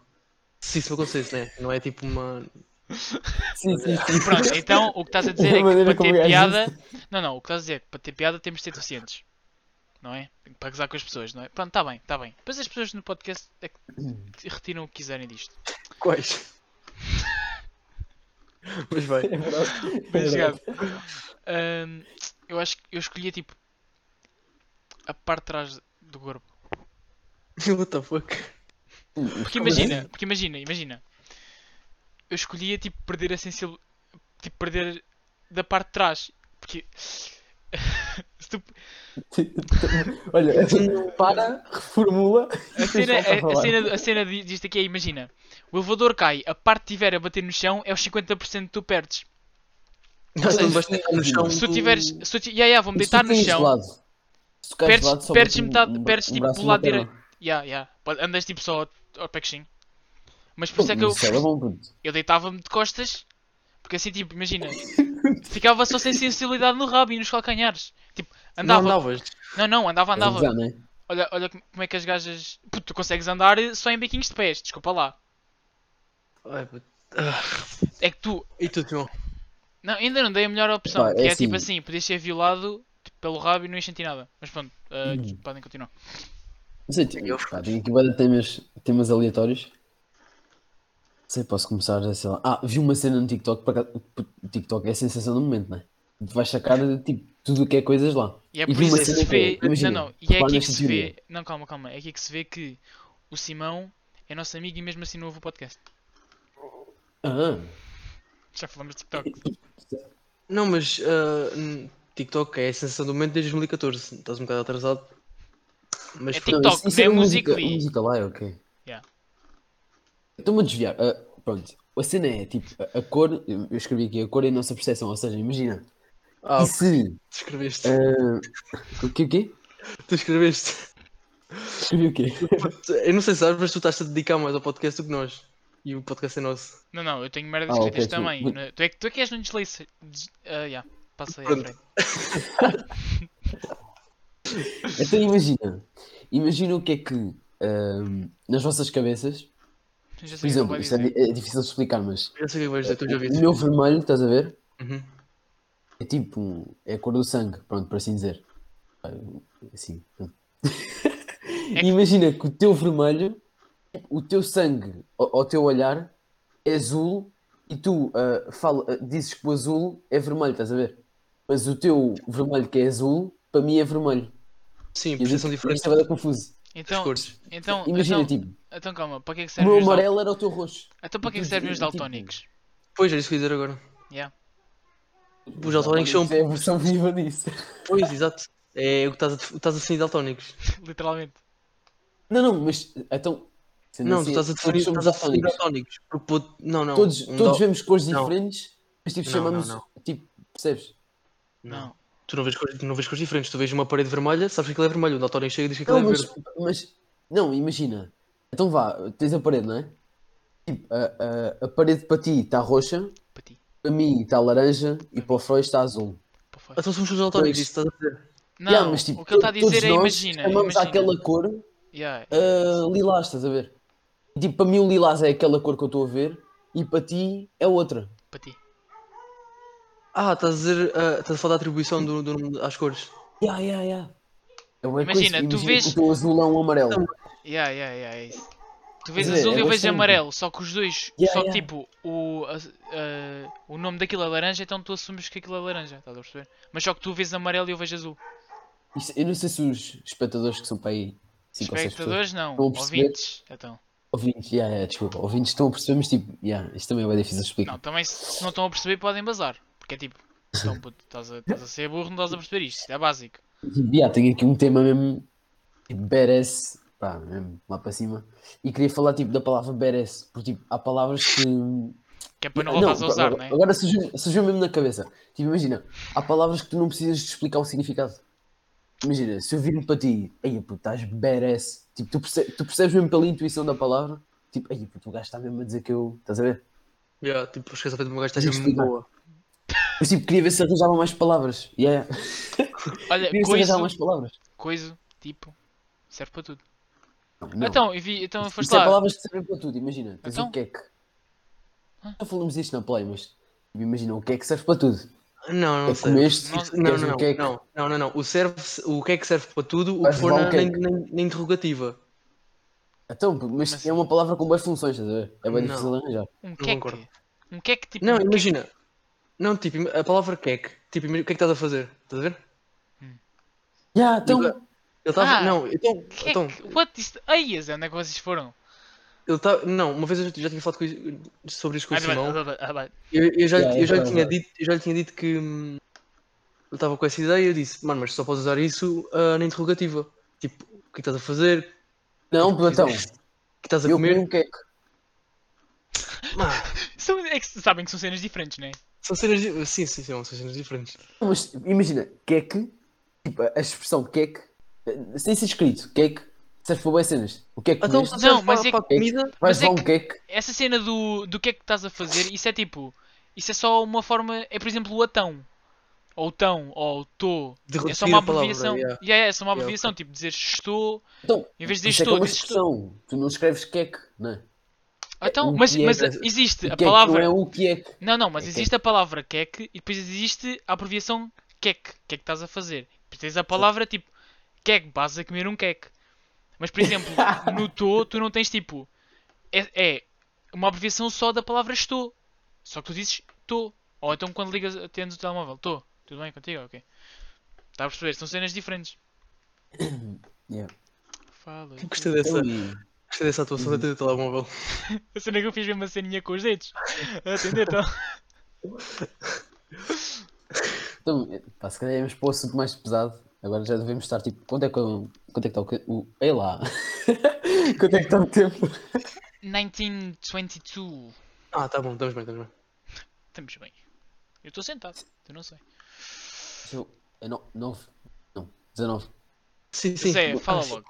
[SPEAKER 2] Se isso me acontecesse, né? Não é tipo uma.
[SPEAKER 4] Sim, sim, sim.
[SPEAKER 1] Pronto, então o que estás a dizer
[SPEAKER 4] Da
[SPEAKER 1] é que
[SPEAKER 4] maneira
[SPEAKER 1] para
[SPEAKER 4] como
[SPEAKER 1] ter
[SPEAKER 4] reagiste.
[SPEAKER 1] piada. Não, não, o que estás a dizer é que para ter piada temos de ser deficientes. Não é? Para gozar com as pessoas, não é? Pronto, está bem, está bem. Depois as pessoas no podcast é que retiram o que quiserem disto.
[SPEAKER 2] Quais? Mas vai.
[SPEAKER 4] É verdade. É
[SPEAKER 1] Bem
[SPEAKER 4] verdade.
[SPEAKER 1] chegado. Ahm, eu acho que eu escolhia tipo a parte de trás do corpo.
[SPEAKER 2] What the fuck?
[SPEAKER 1] Porque
[SPEAKER 4] assim?
[SPEAKER 1] imagina, porque imagina, imagina. Eu escolhia tipo perder a sensibilidade. Tipo perder da parte de trás. Porque. Se tu-
[SPEAKER 4] Olha, para, reformula.
[SPEAKER 1] A cena, é- a, a cena, a cena di- disto aqui é, imagina, o elevador cai, a parte que tiver a bater no chão é os 50% que tu perdes.
[SPEAKER 2] Não,
[SPEAKER 4] sei,
[SPEAKER 2] não vais estar no chão.
[SPEAKER 1] Se tu
[SPEAKER 2] do-
[SPEAKER 1] tiveres, se tu, ti- yeah, yeah, vou-me deitar no chão,
[SPEAKER 4] Se tu cais
[SPEAKER 1] perdes,
[SPEAKER 4] de lado, só
[SPEAKER 1] perdes
[SPEAKER 4] bate um-
[SPEAKER 1] metade,
[SPEAKER 4] um-
[SPEAKER 1] perdes
[SPEAKER 4] um
[SPEAKER 1] tipo
[SPEAKER 4] braço e
[SPEAKER 1] do
[SPEAKER 4] uma
[SPEAKER 1] lado
[SPEAKER 4] perna.
[SPEAKER 1] direito. Yeah, yeah. Pode- Andas tipo só ao- ao pequinho. Mas por isso é que eu,
[SPEAKER 4] Isso era bom, puto.
[SPEAKER 1] eu deitava-me de costas, porque assim, tipo, imagina, ficava só sem sensibilidade no rabo e nos calcanhares. Tipo, andava,
[SPEAKER 2] Não
[SPEAKER 1] não,
[SPEAKER 2] andavas.
[SPEAKER 1] não, andava,
[SPEAKER 4] Era
[SPEAKER 1] andava.
[SPEAKER 4] já, não é?
[SPEAKER 1] Olha, olha como como é que as gajas. Puto, tu consegues andar só em biquinhos de pés, desculpa lá.
[SPEAKER 2] Ai, puto. Ah,
[SPEAKER 1] É que tu,
[SPEAKER 2] E tu, Timão?
[SPEAKER 1] Não, ainda não dei a melhor opção,
[SPEAKER 4] Epá, é
[SPEAKER 1] que é tipo
[SPEAKER 4] assim.
[SPEAKER 1] assim, podias ser violado tipo, pelo rabo e não ias sentir nada. Mas pronto, ah,
[SPEAKER 4] Hum.
[SPEAKER 1] podem continuar.
[SPEAKER 4] Não sei, tenho, pá, tenho aqui vários temas, temas aleatórios. Não sei, posso começar, sei lá. Ah, vi uma cena no TikTok. Para TikTok é a sensação do momento, não é? Vais sacar tipo, tudo o que é coisas lá.
[SPEAKER 1] E é
[SPEAKER 4] vi
[SPEAKER 1] por isso
[SPEAKER 4] uma
[SPEAKER 1] que
[SPEAKER 4] cena
[SPEAKER 1] se
[SPEAKER 4] que é,
[SPEAKER 1] vê.
[SPEAKER 4] imagina,
[SPEAKER 1] não, não, e é
[SPEAKER 4] repara
[SPEAKER 1] aqui que
[SPEAKER 4] nesta
[SPEAKER 1] se vê.
[SPEAKER 4] teoria.
[SPEAKER 1] Não, calma, calma. É aqui que se vê que o Simão é nosso amigo e mesmo assim não ouve o podcast.
[SPEAKER 4] Ah,
[SPEAKER 1] Já falamos de TikTok.
[SPEAKER 2] Não, mas ah, n- TikTok é a sensação do momento desde 2014. Estás um bocado atrasado. Mas
[SPEAKER 1] É
[SPEAKER 2] foi-
[SPEAKER 1] TikTok, não é
[SPEAKER 4] era
[SPEAKER 1] Musical.ly.
[SPEAKER 4] Música lá, é ok.
[SPEAKER 1] Yeah.
[SPEAKER 4] Estou-me a desviar. Ah, pronto, a cena é tipo, a, a cor, eu eu escrevi aqui, a cor é a nossa percepção, ou seja, imagina.
[SPEAKER 1] tipo
[SPEAKER 2] Ah,
[SPEAKER 4] e se.
[SPEAKER 2] descreveste.
[SPEAKER 4] ah, o quê? O quê?
[SPEAKER 2] Tu escreveste.
[SPEAKER 4] Escrevi o quê?
[SPEAKER 2] Eu não sei se sabes, mas tu estás a dedicar mais ao podcast do que nós. E o podcast é nosso.
[SPEAKER 1] Não, não, eu tenho merdas
[SPEAKER 4] Ah, ok,
[SPEAKER 1] escritas
[SPEAKER 4] sim.
[SPEAKER 1] também.
[SPEAKER 4] Muito-
[SPEAKER 1] Não- Tu é que tu é que és no deslice. Des... ah, yeah, passa aí à
[SPEAKER 2] Pronto.
[SPEAKER 1] frente.
[SPEAKER 4] Então imagina, imagina o que é que ahm, nas vossas cabeças.
[SPEAKER 1] Já
[SPEAKER 4] Por
[SPEAKER 1] sei o que
[SPEAKER 4] exemplo,
[SPEAKER 1] ele
[SPEAKER 4] isto é,
[SPEAKER 1] vai dizer.
[SPEAKER 4] di- é difícil de explicar, mas
[SPEAKER 2] Eu sei o que vais dizer, tu já
[SPEAKER 4] o
[SPEAKER 2] viste.
[SPEAKER 4] meu vermelho, estás a ver?
[SPEAKER 2] Uhum.
[SPEAKER 4] É tipo, é a cor do sangue, pronto, por assim dizer. Assim. pronto.
[SPEAKER 1] É que-
[SPEAKER 4] E imagina que o teu vermelho, o teu sangue, ao ao teu olhar, é azul e tu ah, fala, ah, dizes que o azul é vermelho, estás a ver? Mas o teu vermelho que é azul, para mim é vermelho.
[SPEAKER 2] Sim,
[SPEAKER 4] E eu digo,
[SPEAKER 2] percepção diferente
[SPEAKER 4] Isto é bué confuso.
[SPEAKER 2] das
[SPEAKER 1] Então,
[SPEAKER 2] cores.
[SPEAKER 1] então,
[SPEAKER 4] Imagina,
[SPEAKER 1] então,
[SPEAKER 4] tipo,
[SPEAKER 1] então calma, para que é que
[SPEAKER 4] o
[SPEAKER 1] servem
[SPEAKER 4] meu
[SPEAKER 1] os dal-
[SPEAKER 4] amarelo era o teu roxo.
[SPEAKER 1] Então para que é que
[SPEAKER 4] Tipo,
[SPEAKER 1] servem os
[SPEAKER 4] tipo-
[SPEAKER 1] daltónicos?
[SPEAKER 2] Pois, era isso que eu ia dizer agora.
[SPEAKER 1] Yeah.
[SPEAKER 2] Os daltónicos são.
[SPEAKER 4] É a versão viva disso.
[SPEAKER 2] Pois, exato. É o que estás a, def- estás a definir daltónicos.
[SPEAKER 1] Literalmente.
[SPEAKER 4] Não, não, mas então. sendo
[SPEAKER 2] Não,
[SPEAKER 4] assim,
[SPEAKER 2] tu estás a
[SPEAKER 4] todos
[SPEAKER 2] definir,
[SPEAKER 4] somos
[SPEAKER 2] estás a definir
[SPEAKER 4] daltónicos.
[SPEAKER 2] daltónicos. Porque pode- Não, não.
[SPEAKER 4] Todos,
[SPEAKER 2] um
[SPEAKER 4] todos
[SPEAKER 2] dal-
[SPEAKER 4] vemos cores
[SPEAKER 2] não.
[SPEAKER 4] diferentes, mas tipo,
[SPEAKER 2] Não,
[SPEAKER 4] chamamos.
[SPEAKER 2] não,
[SPEAKER 4] Tipo, percebes?
[SPEAKER 1] Não.
[SPEAKER 2] Tu não vês, cores, tu não vês cores diferentes. Tu vês uma parede vermelha, sabes que aquilo é vermelho. O daltónico chega e diz que aquilo
[SPEAKER 4] Não,
[SPEAKER 2] é
[SPEAKER 4] mas,
[SPEAKER 2] verde.
[SPEAKER 4] mas. Não, imagina. Então vá, tens a parede, não é? Tipo, a, a, a parede para ti está roxa,
[SPEAKER 1] Para ti.
[SPEAKER 4] para mim está laranja e para o Freud está azul.
[SPEAKER 1] Para fora.
[SPEAKER 2] Então somos todos daltónicos,
[SPEAKER 4] Pois.
[SPEAKER 2] isso estás a dizer.
[SPEAKER 1] Não,
[SPEAKER 4] Yeah, mas, tipo,
[SPEAKER 1] o que ele está a
[SPEAKER 4] todos
[SPEAKER 1] dizer é
[SPEAKER 4] nós
[SPEAKER 1] imagina.
[SPEAKER 4] Chamamos
[SPEAKER 1] imagina.
[SPEAKER 4] aquela cor
[SPEAKER 1] Yeah. é
[SPEAKER 4] ah, lilás, estás a ver? E, tipo, para mim o lilás é aquela cor que eu estou a ver e para ti é outra.
[SPEAKER 1] Para ti.
[SPEAKER 2] Ah, estás a dizer. ah, estás a falar da atribuição do, do nome às cores.
[SPEAKER 4] Yeah, yeah, yeah. É uma coisa,
[SPEAKER 1] Imagina, tu vês-
[SPEAKER 4] que o teu azul é um amarelo.
[SPEAKER 1] Yeah, yeah, yeah, é isso. Tu vês
[SPEAKER 4] Mas é,
[SPEAKER 1] azul e
[SPEAKER 4] é
[SPEAKER 1] eu vejo
[SPEAKER 4] bastante.
[SPEAKER 1] amarelo, só que os dois,
[SPEAKER 4] Yeah,
[SPEAKER 1] só que
[SPEAKER 4] yeah.
[SPEAKER 1] tipo, o, a- a- o nome daquilo é laranja, então tu assumes que aquilo é laranja, estás a perceber? Mas só que tu vês amarelo e eu vejo azul.
[SPEAKER 4] Isto- eu não sei se os espectadores que são para aí 5 ou 6 pessoas,
[SPEAKER 1] Espectadores não,
[SPEAKER 4] Estou a perceber.
[SPEAKER 1] ouvintes. Então.
[SPEAKER 4] ouvintes, yeah, yeah, desculpa, ouvintes estão a perceber, mas tipo, yeah, isto também é bem difícil de explicar.
[SPEAKER 1] Não, também se, se não estão a perceber podem bazar. Porque é tipo, então puto, estás a, estás a ser burro, não estás a perceber isto, isto é básico.
[SPEAKER 4] Tipo, yeah, tenho aqui um tema mesmo, tipo, badass, pá, mesmo lá para cima, e queria falar tipo da palavra badass, porque tipo, há palavras que...
[SPEAKER 1] Que é para não voltares a usar, não
[SPEAKER 4] agora,
[SPEAKER 1] é?
[SPEAKER 4] agora surgiu, surgiu mesmo na cabeça. Tipo, imagina, há palavras que tu não precisas de explicar o significado. Imagina, se eu vir para ti, aí puto, estás badass. Tipo, tu, perce- tu percebes mesmo pela intuição da palavra, tipo, aí puto, o gajo está mesmo a dizer que eu. Estás a ver?
[SPEAKER 2] Yeah, tipo, esquece a frente de uma gaja está
[SPEAKER 4] Sim,
[SPEAKER 2] sempre
[SPEAKER 4] explica.
[SPEAKER 2] boa.
[SPEAKER 4] Mas tipo, queria ver se arranjava mais palavras. Yeah, yeah.
[SPEAKER 1] Olha,
[SPEAKER 4] Queria ver se
[SPEAKER 1] coisa,
[SPEAKER 4] arranjava mais palavras.
[SPEAKER 1] coisa, tipo, serve para tudo.
[SPEAKER 4] Não, não.
[SPEAKER 1] Então, e vi, então foste
[SPEAKER 4] Isto é
[SPEAKER 1] lá.
[SPEAKER 4] palavras que servem para tudo, imagina. Tens
[SPEAKER 1] Então?
[SPEAKER 4] o que é que.
[SPEAKER 1] Hã?
[SPEAKER 4] Já falamos disto na play, mas tipo, imagina, o que é que serve para tudo?
[SPEAKER 2] Não, não
[SPEAKER 4] É
[SPEAKER 2] sei.
[SPEAKER 4] comeste,
[SPEAKER 1] Nós-
[SPEAKER 2] Não,
[SPEAKER 4] queres
[SPEAKER 2] não,
[SPEAKER 4] um cake?
[SPEAKER 2] não, não, não, não. O, serve, o que é que serve para tudo, o que
[SPEAKER 4] Vais
[SPEAKER 2] for
[SPEAKER 4] levar
[SPEAKER 2] na,
[SPEAKER 4] um cake.
[SPEAKER 2] na- na- na interrogativa.
[SPEAKER 4] Então, mas,
[SPEAKER 1] Mas-
[SPEAKER 4] é uma palavra com boas funções, estás a ver? É bem
[SPEAKER 2] Não.
[SPEAKER 4] difícil de arranjar.
[SPEAKER 1] Um
[SPEAKER 2] concordo.
[SPEAKER 1] queque. Um queque tipo.
[SPEAKER 2] Não,
[SPEAKER 1] um queque-
[SPEAKER 2] imagina. Não, tipo, im- a palavra cake. Tipo, ima- o que é que estás a fazer? Estás a ver?
[SPEAKER 4] Yeah, então,
[SPEAKER 2] Ele estava.
[SPEAKER 1] Ah,
[SPEAKER 2] não, então.
[SPEAKER 1] Que é
[SPEAKER 2] então
[SPEAKER 1] que- What is... Eias, onde é que vocês foram?
[SPEAKER 2] ele tá, não, uma vez eu já já tinha falado com isso- sobre isso com o
[SPEAKER 1] Ah, bem,
[SPEAKER 2] Simão.
[SPEAKER 1] ah, bem, ah, bem.
[SPEAKER 2] Eu, eu já,
[SPEAKER 4] Yeah, é
[SPEAKER 2] eu já lhe
[SPEAKER 4] yeah,
[SPEAKER 2] tinha
[SPEAKER 4] yeah.
[SPEAKER 2] dito, eu já lhe tinha dito que hum, eu estava com essa ideia e eu disse, mano, mas só podes usar isso ah, na interrogativa. Tipo, o que é que estás a fazer? O
[SPEAKER 4] não, Platão,
[SPEAKER 2] que estás a
[SPEAKER 4] eu comi
[SPEAKER 2] comer?
[SPEAKER 4] um queque.
[SPEAKER 2] Mano,
[SPEAKER 1] São- é que sabem que são cenas diferentes, né?
[SPEAKER 2] são cenas. di- Sim, sim, sim, são cenas diferentes.
[SPEAKER 4] Então, Mas imagina, queque, tipo, a expressão queque, eh, sem ser escrito, queque, serve para boas cenas. O que é que
[SPEAKER 2] Então,
[SPEAKER 4] comeste?
[SPEAKER 2] se
[SPEAKER 1] Não,
[SPEAKER 2] serve
[SPEAKER 1] mas
[SPEAKER 2] para,
[SPEAKER 1] é
[SPEAKER 2] para a
[SPEAKER 4] que-
[SPEAKER 2] comida,
[SPEAKER 4] Vais
[SPEAKER 1] mas é
[SPEAKER 4] levar um queque.
[SPEAKER 1] Essa cena do, do que é que estás a fazer, isso é tipo. Isso é só uma forma. É por exemplo o atão. Ou tão, ou tô.
[SPEAKER 2] de
[SPEAKER 1] É só
[SPEAKER 2] reduzir
[SPEAKER 1] uma
[SPEAKER 2] a palavra.
[SPEAKER 1] abreviação.
[SPEAKER 2] yeah.
[SPEAKER 1] Yeah, yeah, é só uma
[SPEAKER 2] Yeah,
[SPEAKER 1] abreviação. Tipo dizer estou.
[SPEAKER 4] Então,
[SPEAKER 1] Em vez de dizer
[SPEAKER 4] isso é que é
[SPEAKER 1] estou,
[SPEAKER 4] uma
[SPEAKER 1] dizes estou.
[SPEAKER 4] expressão. Tu não escreves queque, não é?
[SPEAKER 1] Ah, Então,
[SPEAKER 2] um
[SPEAKER 4] o
[SPEAKER 1] mas,
[SPEAKER 4] que é
[SPEAKER 1] mas
[SPEAKER 4] que-
[SPEAKER 1] existe
[SPEAKER 4] O
[SPEAKER 1] a
[SPEAKER 4] queque não é
[SPEAKER 1] palavra.
[SPEAKER 4] o queque.
[SPEAKER 1] Não, não, mas
[SPEAKER 4] É
[SPEAKER 1] existe a palavra queque e depois existe a abreviação queque. O que é que estás a fazer? Depois tens a palavra tipo queque, vas a comer um queque. Mas por exemplo, no tô, tu não tens tipo. É, é uma abreviação só da palavra estou. Só que tu dizes tô. Ou então quando ligas, atendes o telemóvel, tô. Tudo bem contigo? Ok. Está a perceber? São cenas diferentes.
[SPEAKER 4] Yeah.
[SPEAKER 1] Fala.
[SPEAKER 2] Gostei dessa,
[SPEAKER 4] Ui.
[SPEAKER 2] gostei dessa
[SPEAKER 4] Uhum.
[SPEAKER 2] atuação da teu telemóvel.
[SPEAKER 1] A cena que eu fiz mesmo a ceninha com os dedos. A Atender, então.
[SPEAKER 4] Então, eh, pá, se calhar íamos para o assunto mais pesado. Agora já devemos estar tipo, quanto é que, eu- quanto é que está o que- o. Ei lá! quanto é que está o tempo?
[SPEAKER 1] 1922.
[SPEAKER 2] Ah, tá bom, estamos bem, estamos bem.
[SPEAKER 1] Estamos bem. Eu estou sentado, eu não sei.
[SPEAKER 4] É 9. Não, 19.
[SPEAKER 2] Sim,
[SPEAKER 1] Sim,
[SPEAKER 2] sim.
[SPEAKER 1] é, fala logo.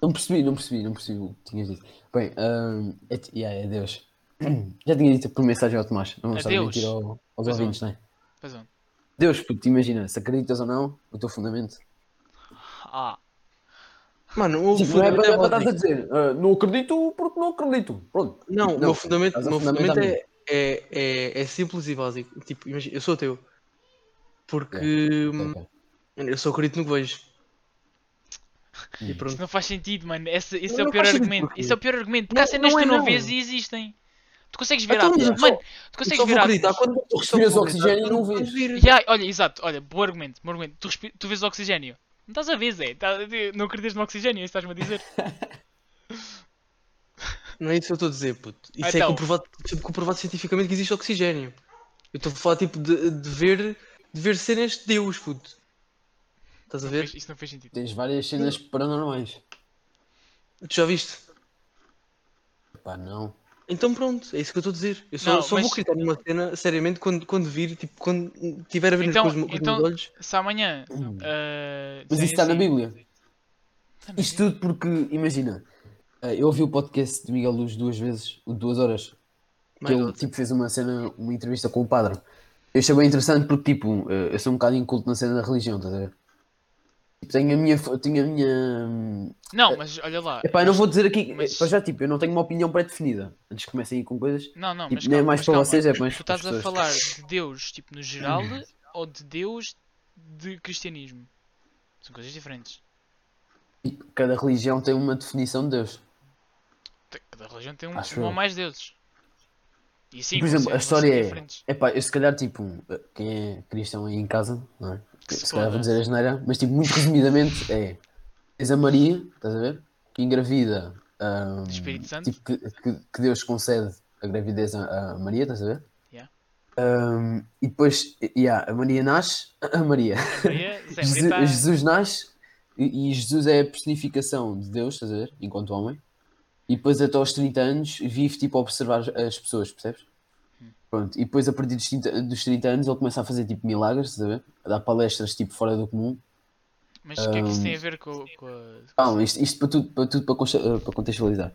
[SPEAKER 4] Não percebi, não percebi, não percebi o que tinhas dito. Bem, ahm, é, ti- yeah, é Deus. Já tinha dito por mensagem ao Tomás. Não
[SPEAKER 2] É
[SPEAKER 4] vamos estar a
[SPEAKER 1] Adeus.
[SPEAKER 4] mentir ao, aos
[SPEAKER 1] Pois é.
[SPEAKER 4] ouvintes, não é?
[SPEAKER 1] Faz onde?
[SPEAKER 4] Deus, porque te imagina, se acreditas ou não, o teu fundamento.
[SPEAKER 1] Ah.
[SPEAKER 2] Mano, o
[SPEAKER 4] Tipo, não é
[SPEAKER 2] fundamento
[SPEAKER 4] para
[SPEAKER 2] é
[SPEAKER 4] estás a
[SPEAKER 2] básico.
[SPEAKER 4] dizer, ah, não acredito porque não acredito. Pronto. Tipo,
[SPEAKER 2] Não, o
[SPEAKER 4] Não,
[SPEAKER 2] meu fundamento,
[SPEAKER 4] estás
[SPEAKER 2] o
[SPEAKER 4] a
[SPEAKER 2] meu
[SPEAKER 4] fundamentar
[SPEAKER 2] fundamento é, é, é, é simples e básico. Tipo, imagina, eu sou ateu.
[SPEAKER 4] É,
[SPEAKER 2] Porque hum,
[SPEAKER 4] Ok.
[SPEAKER 2] eu só acredito no que vejo. E
[SPEAKER 4] Hum.
[SPEAKER 1] Isso
[SPEAKER 2] pronto.
[SPEAKER 1] não faz sentido, mano. Esse, esse
[SPEAKER 2] Não,
[SPEAKER 1] é o
[SPEAKER 2] não
[SPEAKER 1] pior
[SPEAKER 2] faz sentido,
[SPEAKER 1] argumento.
[SPEAKER 2] porquê?
[SPEAKER 1] Esse é o pior argumento. Porque
[SPEAKER 2] Não,
[SPEAKER 1] há cenas que tu
[SPEAKER 2] não é,
[SPEAKER 1] não
[SPEAKER 2] não.
[SPEAKER 1] vês e existem. Tu consegues ver
[SPEAKER 2] Então, mas eu
[SPEAKER 1] átomos.
[SPEAKER 2] só-
[SPEAKER 1] Mano, tu consegues
[SPEAKER 2] Eu
[SPEAKER 1] assim.
[SPEAKER 2] só vou
[SPEAKER 1] ver
[SPEAKER 2] acreditar
[SPEAKER 1] átomos.
[SPEAKER 2] quando tu
[SPEAKER 4] respiras oxigênio e não vês.
[SPEAKER 1] Ya, olha, exato. Olha, bom argumento. Bom argumento. Tu, respi- tu vês oxigênio. Não estás a ver, Zé. Tá- Não acreditas no oxigênio, é isso que estás-me a dizer.
[SPEAKER 2] Não é isso que eu estou a dizer, puto. Isso
[SPEAKER 1] Então.
[SPEAKER 2] é comprovado, comprovado cientificamente que existe oxigênio. Eu estou a falar tipo de, de ver de ver cenas de Deus, puto. Estás a ver?
[SPEAKER 1] Isso não fez sentido.
[SPEAKER 4] Tens várias cenas paranormais.
[SPEAKER 2] Tu já viste?
[SPEAKER 4] Pá, não.
[SPEAKER 2] Então pronto, é isso que eu estou a dizer. Eu só,
[SPEAKER 1] Não,
[SPEAKER 2] só
[SPEAKER 1] mas-
[SPEAKER 2] vou acreditar numa cena seriamente quando, quando vir, tipo, quando tiver a ver
[SPEAKER 1] Então-
[SPEAKER 2] com os, me- com os
[SPEAKER 1] então-
[SPEAKER 2] meus olhos.
[SPEAKER 1] Se amanhã.
[SPEAKER 4] Hum.
[SPEAKER 1] ah,
[SPEAKER 4] Mas
[SPEAKER 1] dizem
[SPEAKER 4] isso está na
[SPEAKER 1] assim-
[SPEAKER 4] Bíblia.
[SPEAKER 1] Está na
[SPEAKER 4] Isto tudo porque, imagina, eh, eu ouvi o podcast de Miguel Luz duas vezes, o de duas horas, que
[SPEAKER 2] My
[SPEAKER 4] ele
[SPEAKER 2] God.
[SPEAKER 4] tipo, fez uma cena, uma entrevista com o padre. Eu achei bem interessante porque tipo, eh, eu sou um bocado inculto na cena da religião, estás a ver? Tipo, tenho a minha. fo- Tenho a minha...
[SPEAKER 1] Não, mas olha lá.
[SPEAKER 4] Epá, eu não vou dizer aqui.
[SPEAKER 1] Mas-
[SPEAKER 4] Para já, tipo, eu não tenho uma opinião pré-definida. Antes que comecem aí com coisas.
[SPEAKER 1] Não, não,
[SPEAKER 4] Tipo,
[SPEAKER 1] mas
[SPEAKER 4] não é
[SPEAKER 1] calma,
[SPEAKER 4] mais
[SPEAKER 1] mas
[SPEAKER 4] para
[SPEAKER 1] calma.
[SPEAKER 4] vocês, é mais
[SPEAKER 1] Tu
[SPEAKER 4] para as
[SPEAKER 1] estás a
[SPEAKER 4] pessoas. Hum.
[SPEAKER 1] falar de Deus, tipo, no geral, ou de Deus de cristianismo? São coisas diferentes.
[SPEAKER 4] Tipo, Cada religião tem uma definição de Deus.
[SPEAKER 1] Tem- Cada religião tem um,
[SPEAKER 4] Acho
[SPEAKER 1] um ou
[SPEAKER 4] eu.
[SPEAKER 1] mais deuses. E sim,
[SPEAKER 4] Por
[SPEAKER 1] vão ser-
[SPEAKER 4] exemplo, a
[SPEAKER 1] vão ser
[SPEAKER 4] história é-
[SPEAKER 1] diferentes.
[SPEAKER 4] Epá, eu se calhar, tipo, quem é cristão aí em casa, não é?
[SPEAKER 1] Que se
[SPEAKER 4] se calhar vou
[SPEAKER 1] foda.
[SPEAKER 4] dizer a geneira, mas tipo, muito resumidamente é. Tens a Maria, estás a ver? Que engravida. ahm,
[SPEAKER 1] Do Espírito Santo?
[SPEAKER 4] Tipo, que, que- que Deus concede a gravidez a, a Maria, estás a ver?
[SPEAKER 1] Yeah.
[SPEAKER 4] Ahm, e depois, yeah, a Maria nasce. A Maria.
[SPEAKER 1] Maria, Zé,
[SPEAKER 4] Jesus,
[SPEAKER 1] Maria tá-
[SPEAKER 4] Jesus nasce e, e Jesus é a personificação de Deus, estás a ver? Enquanto homem. E depois até aos 30 anos vive tipo a observar as pessoas, percebes? Pronto, e depois a partir dos 30, dos 30 anos ele começa a fazer tipo milagres, estás a ver? A dar palestras tipo fora do comum.
[SPEAKER 1] Mas o que é que isso
[SPEAKER 4] um,
[SPEAKER 1] tem a ver com, com a.
[SPEAKER 4] Calma, isto, isto para tudo, para, tudo para, consta- eh, para contextualizar.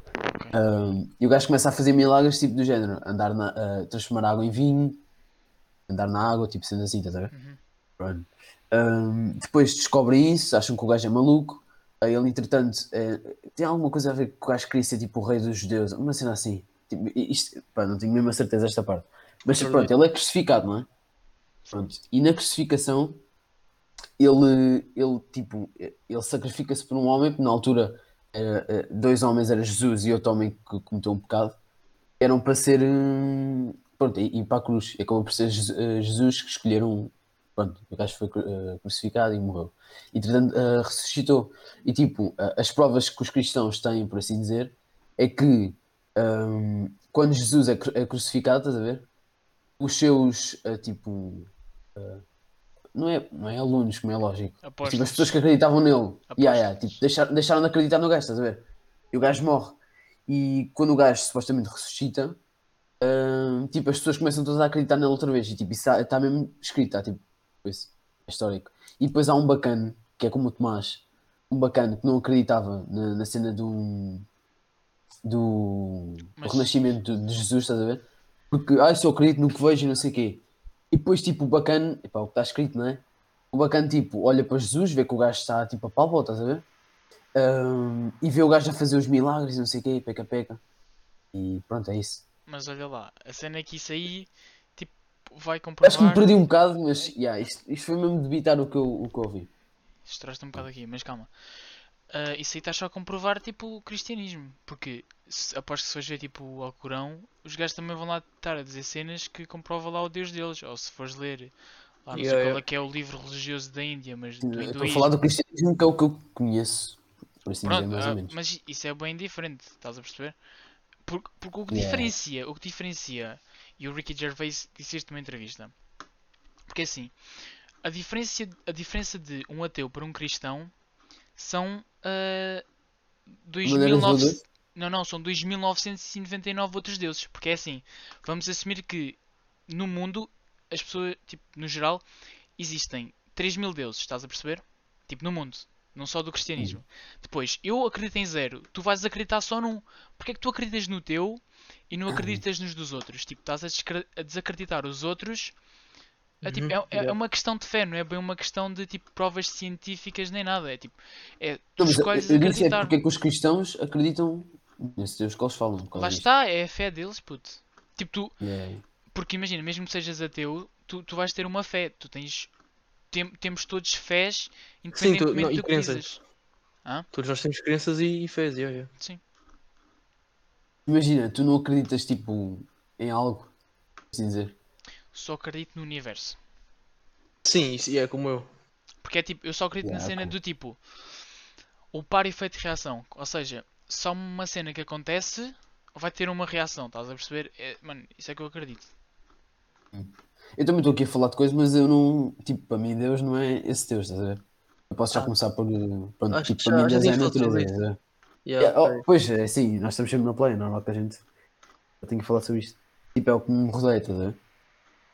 [SPEAKER 4] Ahm, e o gajo começa a fazer milagres tipo do género, andar na, a transformar água em vinho, andar na água, tipo sendo assim, estás a ver? Pronto. Ahm, depois descobrem isso, acham que o gajo é maluco. Aí ele, entretanto, eh, tem alguma coisa a ver com o gajo queria ser tipo o rei dos judeus, uma cena assim. Tipo, isto, pá, não tenho mesmo a certeza desta parte. Mas pronto, ele é crucificado, não é? Pronto. E na crucificação, ele, ele tipo, ele sacrifica-se por um homem, porque na altura era, eh, dois homens, era Jesus e outro homem que cometeu um pecado, eram para ser, hum, pronto, e, e para a cruz. E acabou por ser Jesu- eh, Jesus que escolheram, um. pronto, o gajo foi cru- eh, crucificado e morreu. Entretanto, eh, ressuscitou. E tipo, eh, as provas que os cristãos têm, por assim dizer, é que hum, quando Jesus é, cru- é crucificado, estás a ver? Os seus, eh, tipo, não é, não é alunos, como é lógico.
[SPEAKER 1] Apostas.
[SPEAKER 4] Tipo, as pessoas que acreditavam nele.
[SPEAKER 1] Apostas.
[SPEAKER 4] Yeah, yeah, tipo, deixaram, deixaram de acreditar no gajo, estás a ver? E o gajo morre. E quando o gajo supostamente ressuscita, hum, tipo, as pessoas começam todas a acreditar nele outra vez. E tipo, isso está mesmo escrito, está tipo, isso, é histórico. E depois há um bacano, que é como o Tomás, um bacano que não acreditava na, na cena do, do, do
[SPEAKER 1] Mas-
[SPEAKER 4] renascimento de, de Jesus, estás a ver? Porque, ah, eu só acredito no que vejo e não sei o quê. E depois, tipo, o bacano, epá, o que está escrito, não é? O bacano, tipo, olha para Jesus, vê que o gajo está, tipo, a palpa, estás a ver? Ahm, e vê o gajo a fazer os milagres e não sei o quê, peca, peca. E pronto, é isso.
[SPEAKER 1] Mas olha lá, a cena é que isso aí, tipo, vai
[SPEAKER 4] Acho que me
[SPEAKER 1] comprovar.
[SPEAKER 4] perdi um bocado, mas, yeah, isto, isto foi mesmo debitar o que eu, o que eu ouvi.
[SPEAKER 1] Estouraste um bocado aqui, mas calma. Ah, isso aí está só a comprovar, tipo, o cristianismo. Porque, se, aposto que se fores ver, tipo, o Alcorão, os gajos também vão lá estar a dizer cenas que comprovam lá o Deus deles. Ou se fores ler, lá não sei
[SPEAKER 2] Yeah,
[SPEAKER 1] qual é
[SPEAKER 2] yeah.
[SPEAKER 1] que é o livro religioso da Índia, mas do
[SPEAKER 4] Eu Estou a
[SPEAKER 1] hinduísmo.
[SPEAKER 4] falar do cristianismo, que é o que eu conheço, por assim
[SPEAKER 1] Pronto,
[SPEAKER 4] dizer, mais
[SPEAKER 1] ah,
[SPEAKER 4] ou menos.
[SPEAKER 1] mas isso é bem diferente, estás a perceber? Porque, porque o que
[SPEAKER 4] Yeah.
[SPEAKER 1] diferencia, o que diferencia, e o Ricky Gervais disse isto numa entrevista, porque assim, a diferença, a diferença de um ateu para um cristão são ah,
[SPEAKER 4] Maneiras de
[SPEAKER 1] 2900
[SPEAKER 4] viver?
[SPEAKER 1] não, não, são 2999 outros deuses, porque é assim, vamos assumir que no mundo, as pessoas, tipo, no geral, existem 3000 deuses, estás a perceber? Tipo, no mundo, não só do cristianismo.
[SPEAKER 4] Hum.
[SPEAKER 1] Depois, eu acredito em zero, tu vais acreditar só num. Porque é que tu acreditas no
[SPEAKER 4] Hum.
[SPEAKER 1] teu e não acreditas nos dos outros? Tipo, estás a, descre- a desacreditar os outros É, tipo,
[SPEAKER 4] Uhum.
[SPEAKER 1] é- é, é uma questão de fé, não é bem uma questão de tipo provas científicas nem nada. É tipo, é, tu
[SPEAKER 4] Não, mas eu,
[SPEAKER 1] escolhes
[SPEAKER 4] eu disse é
[SPEAKER 1] acreditar.
[SPEAKER 4] porque é que os cristãos acreditam nesse Deus que eles falam. por causa
[SPEAKER 1] Lá está, é a fé deles, puto. Tipo, tu,
[SPEAKER 4] disto. É.
[SPEAKER 1] porque imagina, mesmo que sejas ateu, tu, tu vais ter uma fé. Tu tens. tem- temos todos fés,
[SPEAKER 2] Sim, tu-
[SPEAKER 1] independentemente
[SPEAKER 2] não,
[SPEAKER 1] do que
[SPEAKER 2] e crenças.
[SPEAKER 1] dizes.
[SPEAKER 2] Todos nós temos crenças e, e fés, yeah, yeah.
[SPEAKER 1] Sim.
[SPEAKER 4] Imagina, tu não acreditas tipo em algo, por assim dizer.
[SPEAKER 1] Só acredito no universo.
[SPEAKER 2] Sim, isso é como eu.
[SPEAKER 1] Porque é tipo, eu só acredito na
[SPEAKER 4] Yeah,
[SPEAKER 1] cena
[SPEAKER 4] cool.
[SPEAKER 1] do tipo. O par e efeito de reação. Ou seja, só uma cena que acontece vai ter uma reação, estás a perceber? É, mano, isso é que eu acredito.
[SPEAKER 4] Eu também estou aqui a falar de coisas, mas eu não. Tipo, para mim, Deus não é esse Deus, estás a ver? Eu posso já
[SPEAKER 1] Ah.
[SPEAKER 4] começar por. Pronto,
[SPEAKER 2] Acho que
[SPEAKER 4] tipo, para
[SPEAKER 2] já-
[SPEAKER 4] mim,
[SPEAKER 2] já
[SPEAKER 4] Deus é a
[SPEAKER 2] tinha falado sobre
[SPEAKER 4] natureza.
[SPEAKER 2] isso.
[SPEAKER 4] estás a ver?
[SPEAKER 2] Yeah,
[SPEAKER 4] Yeah, oh,
[SPEAKER 2] ok.
[SPEAKER 4] pois é, sim, nós estamos sempre na play, é normal que a gente. Eu tenho que falar sobre isto. Tipo, é o que me rodeia, estás a ver?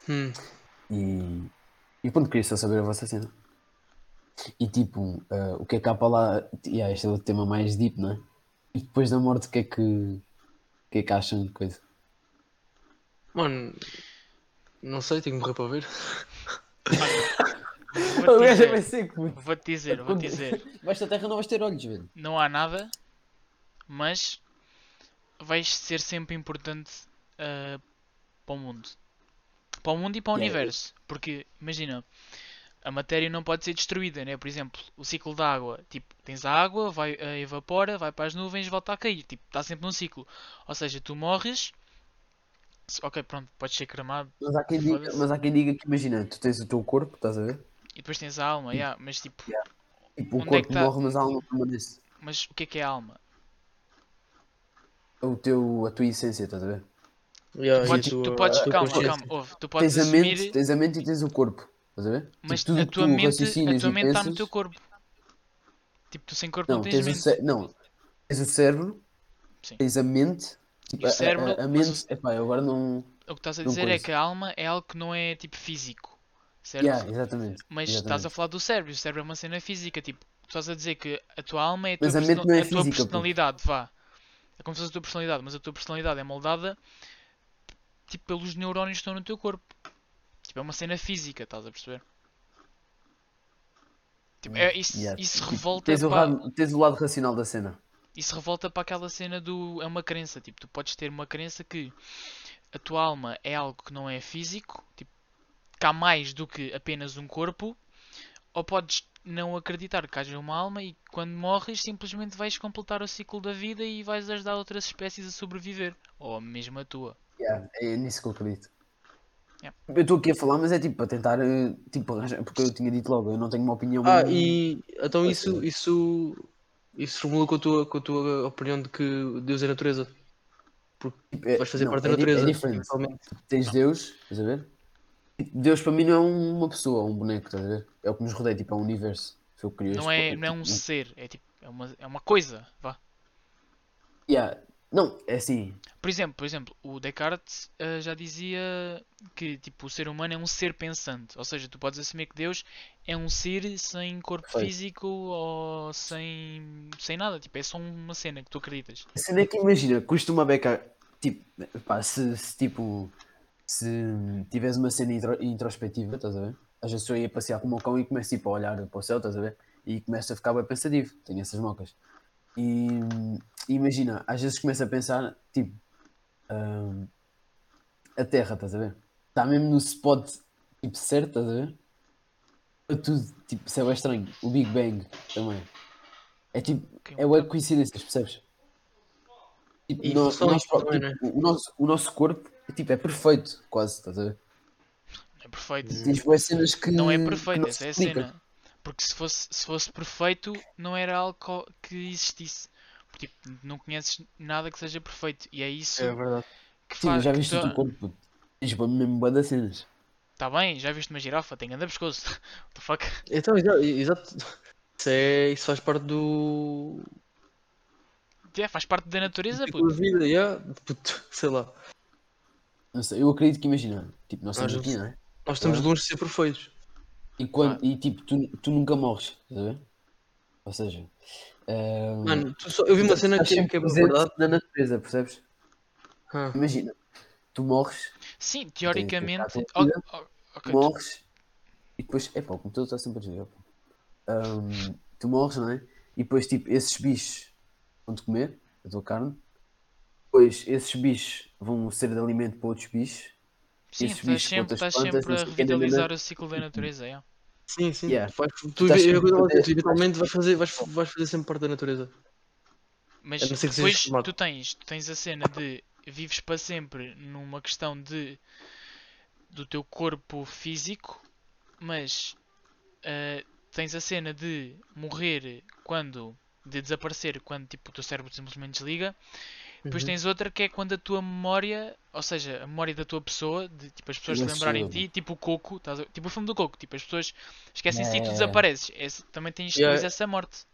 [SPEAKER 2] Hum,
[SPEAKER 4] E, e pronto, queria só saber a vossa cena. E tipo, eh, o que é que há para lá? Yeah, este é o tema mais deep, não é? E depois da morte, o que é que, o que, é que acham de coisa?
[SPEAKER 2] Mano, não sei, tenho que morrer para ver.
[SPEAKER 1] Vou-te
[SPEAKER 4] é
[SPEAKER 1] dizer,
[SPEAKER 4] seco,
[SPEAKER 1] vou-te dizer, vou-te dizer.
[SPEAKER 4] Vais da terra, não vais ter olhos, velho.
[SPEAKER 1] não há nada, mas vais ser sempre importante ah, para o mundo. Para o mundo e para o
[SPEAKER 4] Yeah, eu-
[SPEAKER 1] universo. Porque, imagina, a matéria não pode ser destruída, né? Por exemplo, o ciclo da água. Tipo, tens a água, vai, ah, evapora, vai para as nuvens, volta a cair. Tipo, está sempre num ciclo. Ou seja, tu morres... se- Ok, pronto, podes ser cremado
[SPEAKER 4] Mas há, quem diga, mas há quem diga que, imagina, tu tens o teu corpo, estás a ver?
[SPEAKER 1] e depois tens a
[SPEAKER 4] Hum.
[SPEAKER 1] alma, yeah, mas tipo...
[SPEAKER 4] Tipo, o
[SPEAKER 1] Onde é
[SPEAKER 4] corpo
[SPEAKER 1] que tá?
[SPEAKER 4] morre, mas a alma permanece.
[SPEAKER 1] Mas o que é que é a alma?
[SPEAKER 4] É O teu, a tua essência, estás a ver?
[SPEAKER 1] Tu
[SPEAKER 2] Yeah, e
[SPEAKER 1] podes,
[SPEAKER 2] a tua-
[SPEAKER 1] tu podes,
[SPEAKER 2] a tua
[SPEAKER 1] calma,
[SPEAKER 2] consciência.
[SPEAKER 1] calma, ouve, tu podes
[SPEAKER 4] ah, tens, a
[SPEAKER 1] assumir...
[SPEAKER 4] mente, tens a mente e tens o corpo, estás a ver?
[SPEAKER 1] Mas
[SPEAKER 4] Tipo, tudo
[SPEAKER 1] a
[SPEAKER 4] que
[SPEAKER 1] tua
[SPEAKER 4] tu
[SPEAKER 1] mente, a
[SPEAKER 4] raciocinas
[SPEAKER 1] tua
[SPEAKER 4] e
[SPEAKER 1] mente está no
[SPEAKER 4] pensas-
[SPEAKER 1] teu corpo. Tipo, tu sem corpo não,
[SPEAKER 4] Não,
[SPEAKER 1] tens
[SPEAKER 4] tens o
[SPEAKER 1] mente.
[SPEAKER 4] cé- não, tens o cérebro,
[SPEAKER 1] Sim.
[SPEAKER 4] tens a mente, tipo,
[SPEAKER 1] E o
[SPEAKER 4] a, a-
[SPEAKER 1] cérebro,
[SPEAKER 4] a,
[SPEAKER 1] mas
[SPEAKER 4] mente, epá, eu agora não.
[SPEAKER 1] O que estás a
[SPEAKER 4] não
[SPEAKER 1] dizer é
[SPEAKER 4] conheço.
[SPEAKER 1] que a alma é algo que não é tipo físico, certo?
[SPEAKER 4] Yeah, exatamente.
[SPEAKER 1] Mas estás
[SPEAKER 4] exatamente.
[SPEAKER 1] a falar do cérebro, e o cérebro é uma cena física, tipo, tu estás a dizer que a tua alma é a tua,
[SPEAKER 4] Mas a mente
[SPEAKER 1] persona-
[SPEAKER 4] não
[SPEAKER 1] a
[SPEAKER 4] é
[SPEAKER 1] tua
[SPEAKER 4] física, puto.
[SPEAKER 1] personalidade, vá. É como se fosse a tua personalidade, mas a tua personalidade é moldada tipo pelos neurónios que estão no teu corpo. Tipo, é uma cena física, estás a perceber? Tipo, é, isso,
[SPEAKER 4] Yeah.
[SPEAKER 1] isso
[SPEAKER 4] Tipo,
[SPEAKER 1] revolta
[SPEAKER 4] Tens o,
[SPEAKER 1] pá.
[SPEAKER 4] ra- tens o lado racional da cena.
[SPEAKER 1] Isso revolta para aquela cena do. É uma crença. Tipo, tu podes ter uma crença que a tua alma é algo que não é físico, tipo, que há mais do que apenas um corpo, ou podes não acreditar que haja uma alma e quando morres simplesmente vais completar o ciclo da vida e vais ajudar outras espécies a sobreviver, ou mesmo a tua.
[SPEAKER 4] Yeah, é nisso que eu acredito.
[SPEAKER 1] Yeah.
[SPEAKER 4] Eu estou aqui a falar, mas é tipo para tentar, eh, tipo, arranjar- porque eu tinha dito logo, eu não tenho uma opinião.
[SPEAKER 2] Ah,
[SPEAKER 4] mesmo-
[SPEAKER 2] e então
[SPEAKER 4] Pode
[SPEAKER 2] isso,
[SPEAKER 4] ser.
[SPEAKER 2] isso, isso formula com a, tua, com a tua opinião de que Deus é natureza.
[SPEAKER 4] tipo, é-
[SPEAKER 2] Vais fazer
[SPEAKER 4] não,
[SPEAKER 2] parte
[SPEAKER 4] é
[SPEAKER 2] da
[SPEAKER 4] di-
[SPEAKER 2] natureza.
[SPEAKER 4] É diferente.
[SPEAKER 2] totalmente.
[SPEAKER 4] Tens Deus, estás a ver? Deus para mim não é uma pessoa, é um boneco, estás a ver? É o que nos rodeia, tipo, é um universo. Foi o que criou
[SPEAKER 1] Não
[SPEAKER 4] este-
[SPEAKER 1] é, não é um
[SPEAKER 4] tipo,
[SPEAKER 1] ser, é tipo, é uma, é uma coisa, vá.
[SPEAKER 4] Yeah. Não, é assim.
[SPEAKER 1] Por exemplo, por exemplo, o Descartes ah, já dizia que tipo, o ser humano é um ser pensante, ou seja, tu podes assumir que Deus é um ser sem corpo
[SPEAKER 4] Perfeito.
[SPEAKER 1] físico ou sem, sem nada, tipo, é só uma cena que tu acreditas.
[SPEAKER 4] A cena é que imagina, custa uma beca. Tipo, pá, se, se, tipo. Se tiveres uma cena intro- introspectiva, estás a ver? Às vezes eu ia passear com o meu cão e começo tipo, a olhar para o céu, estás a ver? E começo a ficar bem pensativo. Tenho essas mocas. E e imagina, às vezes começo a pensar, tipo. hum, a terra, estás a ver? Está mesmo no spot tipo, certo, estás a ver? Para Tudo, tipo, isso é bem estranho. O Big Bang também. É tipo, é web coincidências, percebes? Tipo,
[SPEAKER 2] E
[SPEAKER 4] nó-
[SPEAKER 2] evolução
[SPEAKER 4] nós
[SPEAKER 2] também,
[SPEAKER 4] próprios-
[SPEAKER 2] né?
[SPEAKER 4] tipo, o, nosso, o nosso corpo tipo, é perfeito, quase, estás a ver?
[SPEAKER 1] Não é perfeito.
[SPEAKER 4] Tens boas cenas que.
[SPEAKER 1] Não é
[SPEAKER 4] que
[SPEAKER 1] perfeito,
[SPEAKER 4] não
[SPEAKER 1] essa
[SPEAKER 4] se
[SPEAKER 1] é a
[SPEAKER 4] explicam.
[SPEAKER 1] cena. Porque se fosse, se fosse perfeito, não era algo co- que existisse. Porque tipo, não conheces nada que seja perfeito. E é isso
[SPEAKER 2] É verdade.
[SPEAKER 1] que
[SPEAKER 4] Sim,
[SPEAKER 1] faz.
[SPEAKER 4] mas já viste o teu
[SPEAKER 1] Está
[SPEAKER 4] corpo? puto. Tens bué- mesmo boas das cenas.
[SPEAKER 1] Tá bem, já viste uma girafa, tem grande pescoço. What the fuck?
[SPEAKER 2] Então, exa- exato. Isso, é, isso faz parte do.
[SPEAKER 1] É, faz parte da natureza,
[SPEAKER 2] da
[SPEAKER 1] puto.
[SPEAKER 2] tua vida, yeah. é, Puto, sei lá.
[SPEAKER 4] Não sei, eu acredito que imagina, tipo, nós estamos
[SPEAKER 2] Nós-
[SPEAKER 1] Uhum.
[SPEAKER 4] aqui, não é?
[SPEAKER 2] Nós estamos longe de ser perfeitos.
[SPEAKER 4] E, quando, e tipo, tu, tu nunca morres, estás a ver? Ou seja, eh,
[SPEAKER 2] Mano, tu só- eu vi uma
[SPEAKER 4] estás
[SPEAKER 2] cena que,
[SPEAKER 4] sempre
[SPEAKER 2] que é
[SPEAKER 4] presente
[SPEAKER 2] verdade.
[SPEAKER 4] na natureza, percebes?
[SPEAKER 2] Ah,
[SPEAKER 4] Imagina, tu morres,
[SPEAKER 1] Sim,
[SPEAKER 4] que ficar
[SPEAKER 1] teoricamente.
[SPEAKER 4] com a
[SPEAKER 1] o-
[SPEAKER 4] vida.
[SPEAKER 1] o- Ok, tu-
[SPEAKER 4] morres e depois, epá, o computador está sempre a desligar. pá. Ahm, tu morres, não é? E depois, tipo, esses bichos vão-te comer a tua carne. Depois, esses bichos vão ser de alimento para outros bichos.
[SPEAKER 1] sim,
[SPEAKER 4] esses
[SPEAKER 1] estás
[SPEAKER 4] bichos com
[SPEAKER 1] sempre,
[SPEAKER 4] outras
[SPEAKER 1] estás
[SPEAKER 4] plantas,
[SPEAKER 1] sempre
[SPEAKER 4] não
[SPEAKER 1] a
[SPEAKER 4] sei o né, quê, nananã.
[SPEAKER 1] revitalizar o ciclo da natureza. é.
[SPEAKER 2] Sim, sim.
[SPEAKER 4] Yeah.
[SPEAKER 2] Vais- tu,
[SPEAKER 4] Estás
[SPEAKER 2] é o que eu
[SPEAKER 4] sempre a
[SPEAKER 2] estava a dizer, tu
[SPEAKER 4] fazer-
[SPEAKER 2] eventualmente vais fazer, vais, vais fazer sempre parte da natureza.
[SPEAKER 1] Mas
[SPEAKER 2] A não ser que sejas
[SPEAKER 1] depois
[SPEAKER 2] reformado.
[SPEAKER 1] tu tens, tu tens a cena de vives para sempre numa questão de do teu corpo físico, mas ah, tens a cena de morrer quando de desaparecer quando tipo o teu cérebro simplesmente desliga. Depois
[SPEAKER 2] Uhum.
[SPEAKER 1] tens outra que é quando a tua memória, ou seja, a memória da tua pessoa, de tipo as pessoas se
[SPEAKER 4] Não se
[SPEAKER 1] lembrarem de
[SPEAKER 4] lembra.
[SPEAKER 1] ti, tipo o Coco, estás a- tipo o filme do Coco, tipo as pessoas esquecem-se e tu
[SPEAKER 4] Yeah.
[SPEAKER 1] desapareces. Esse- também tens
[SPEAKER 2] É. Yeah.
[SPEAKER 1] depois essa morte.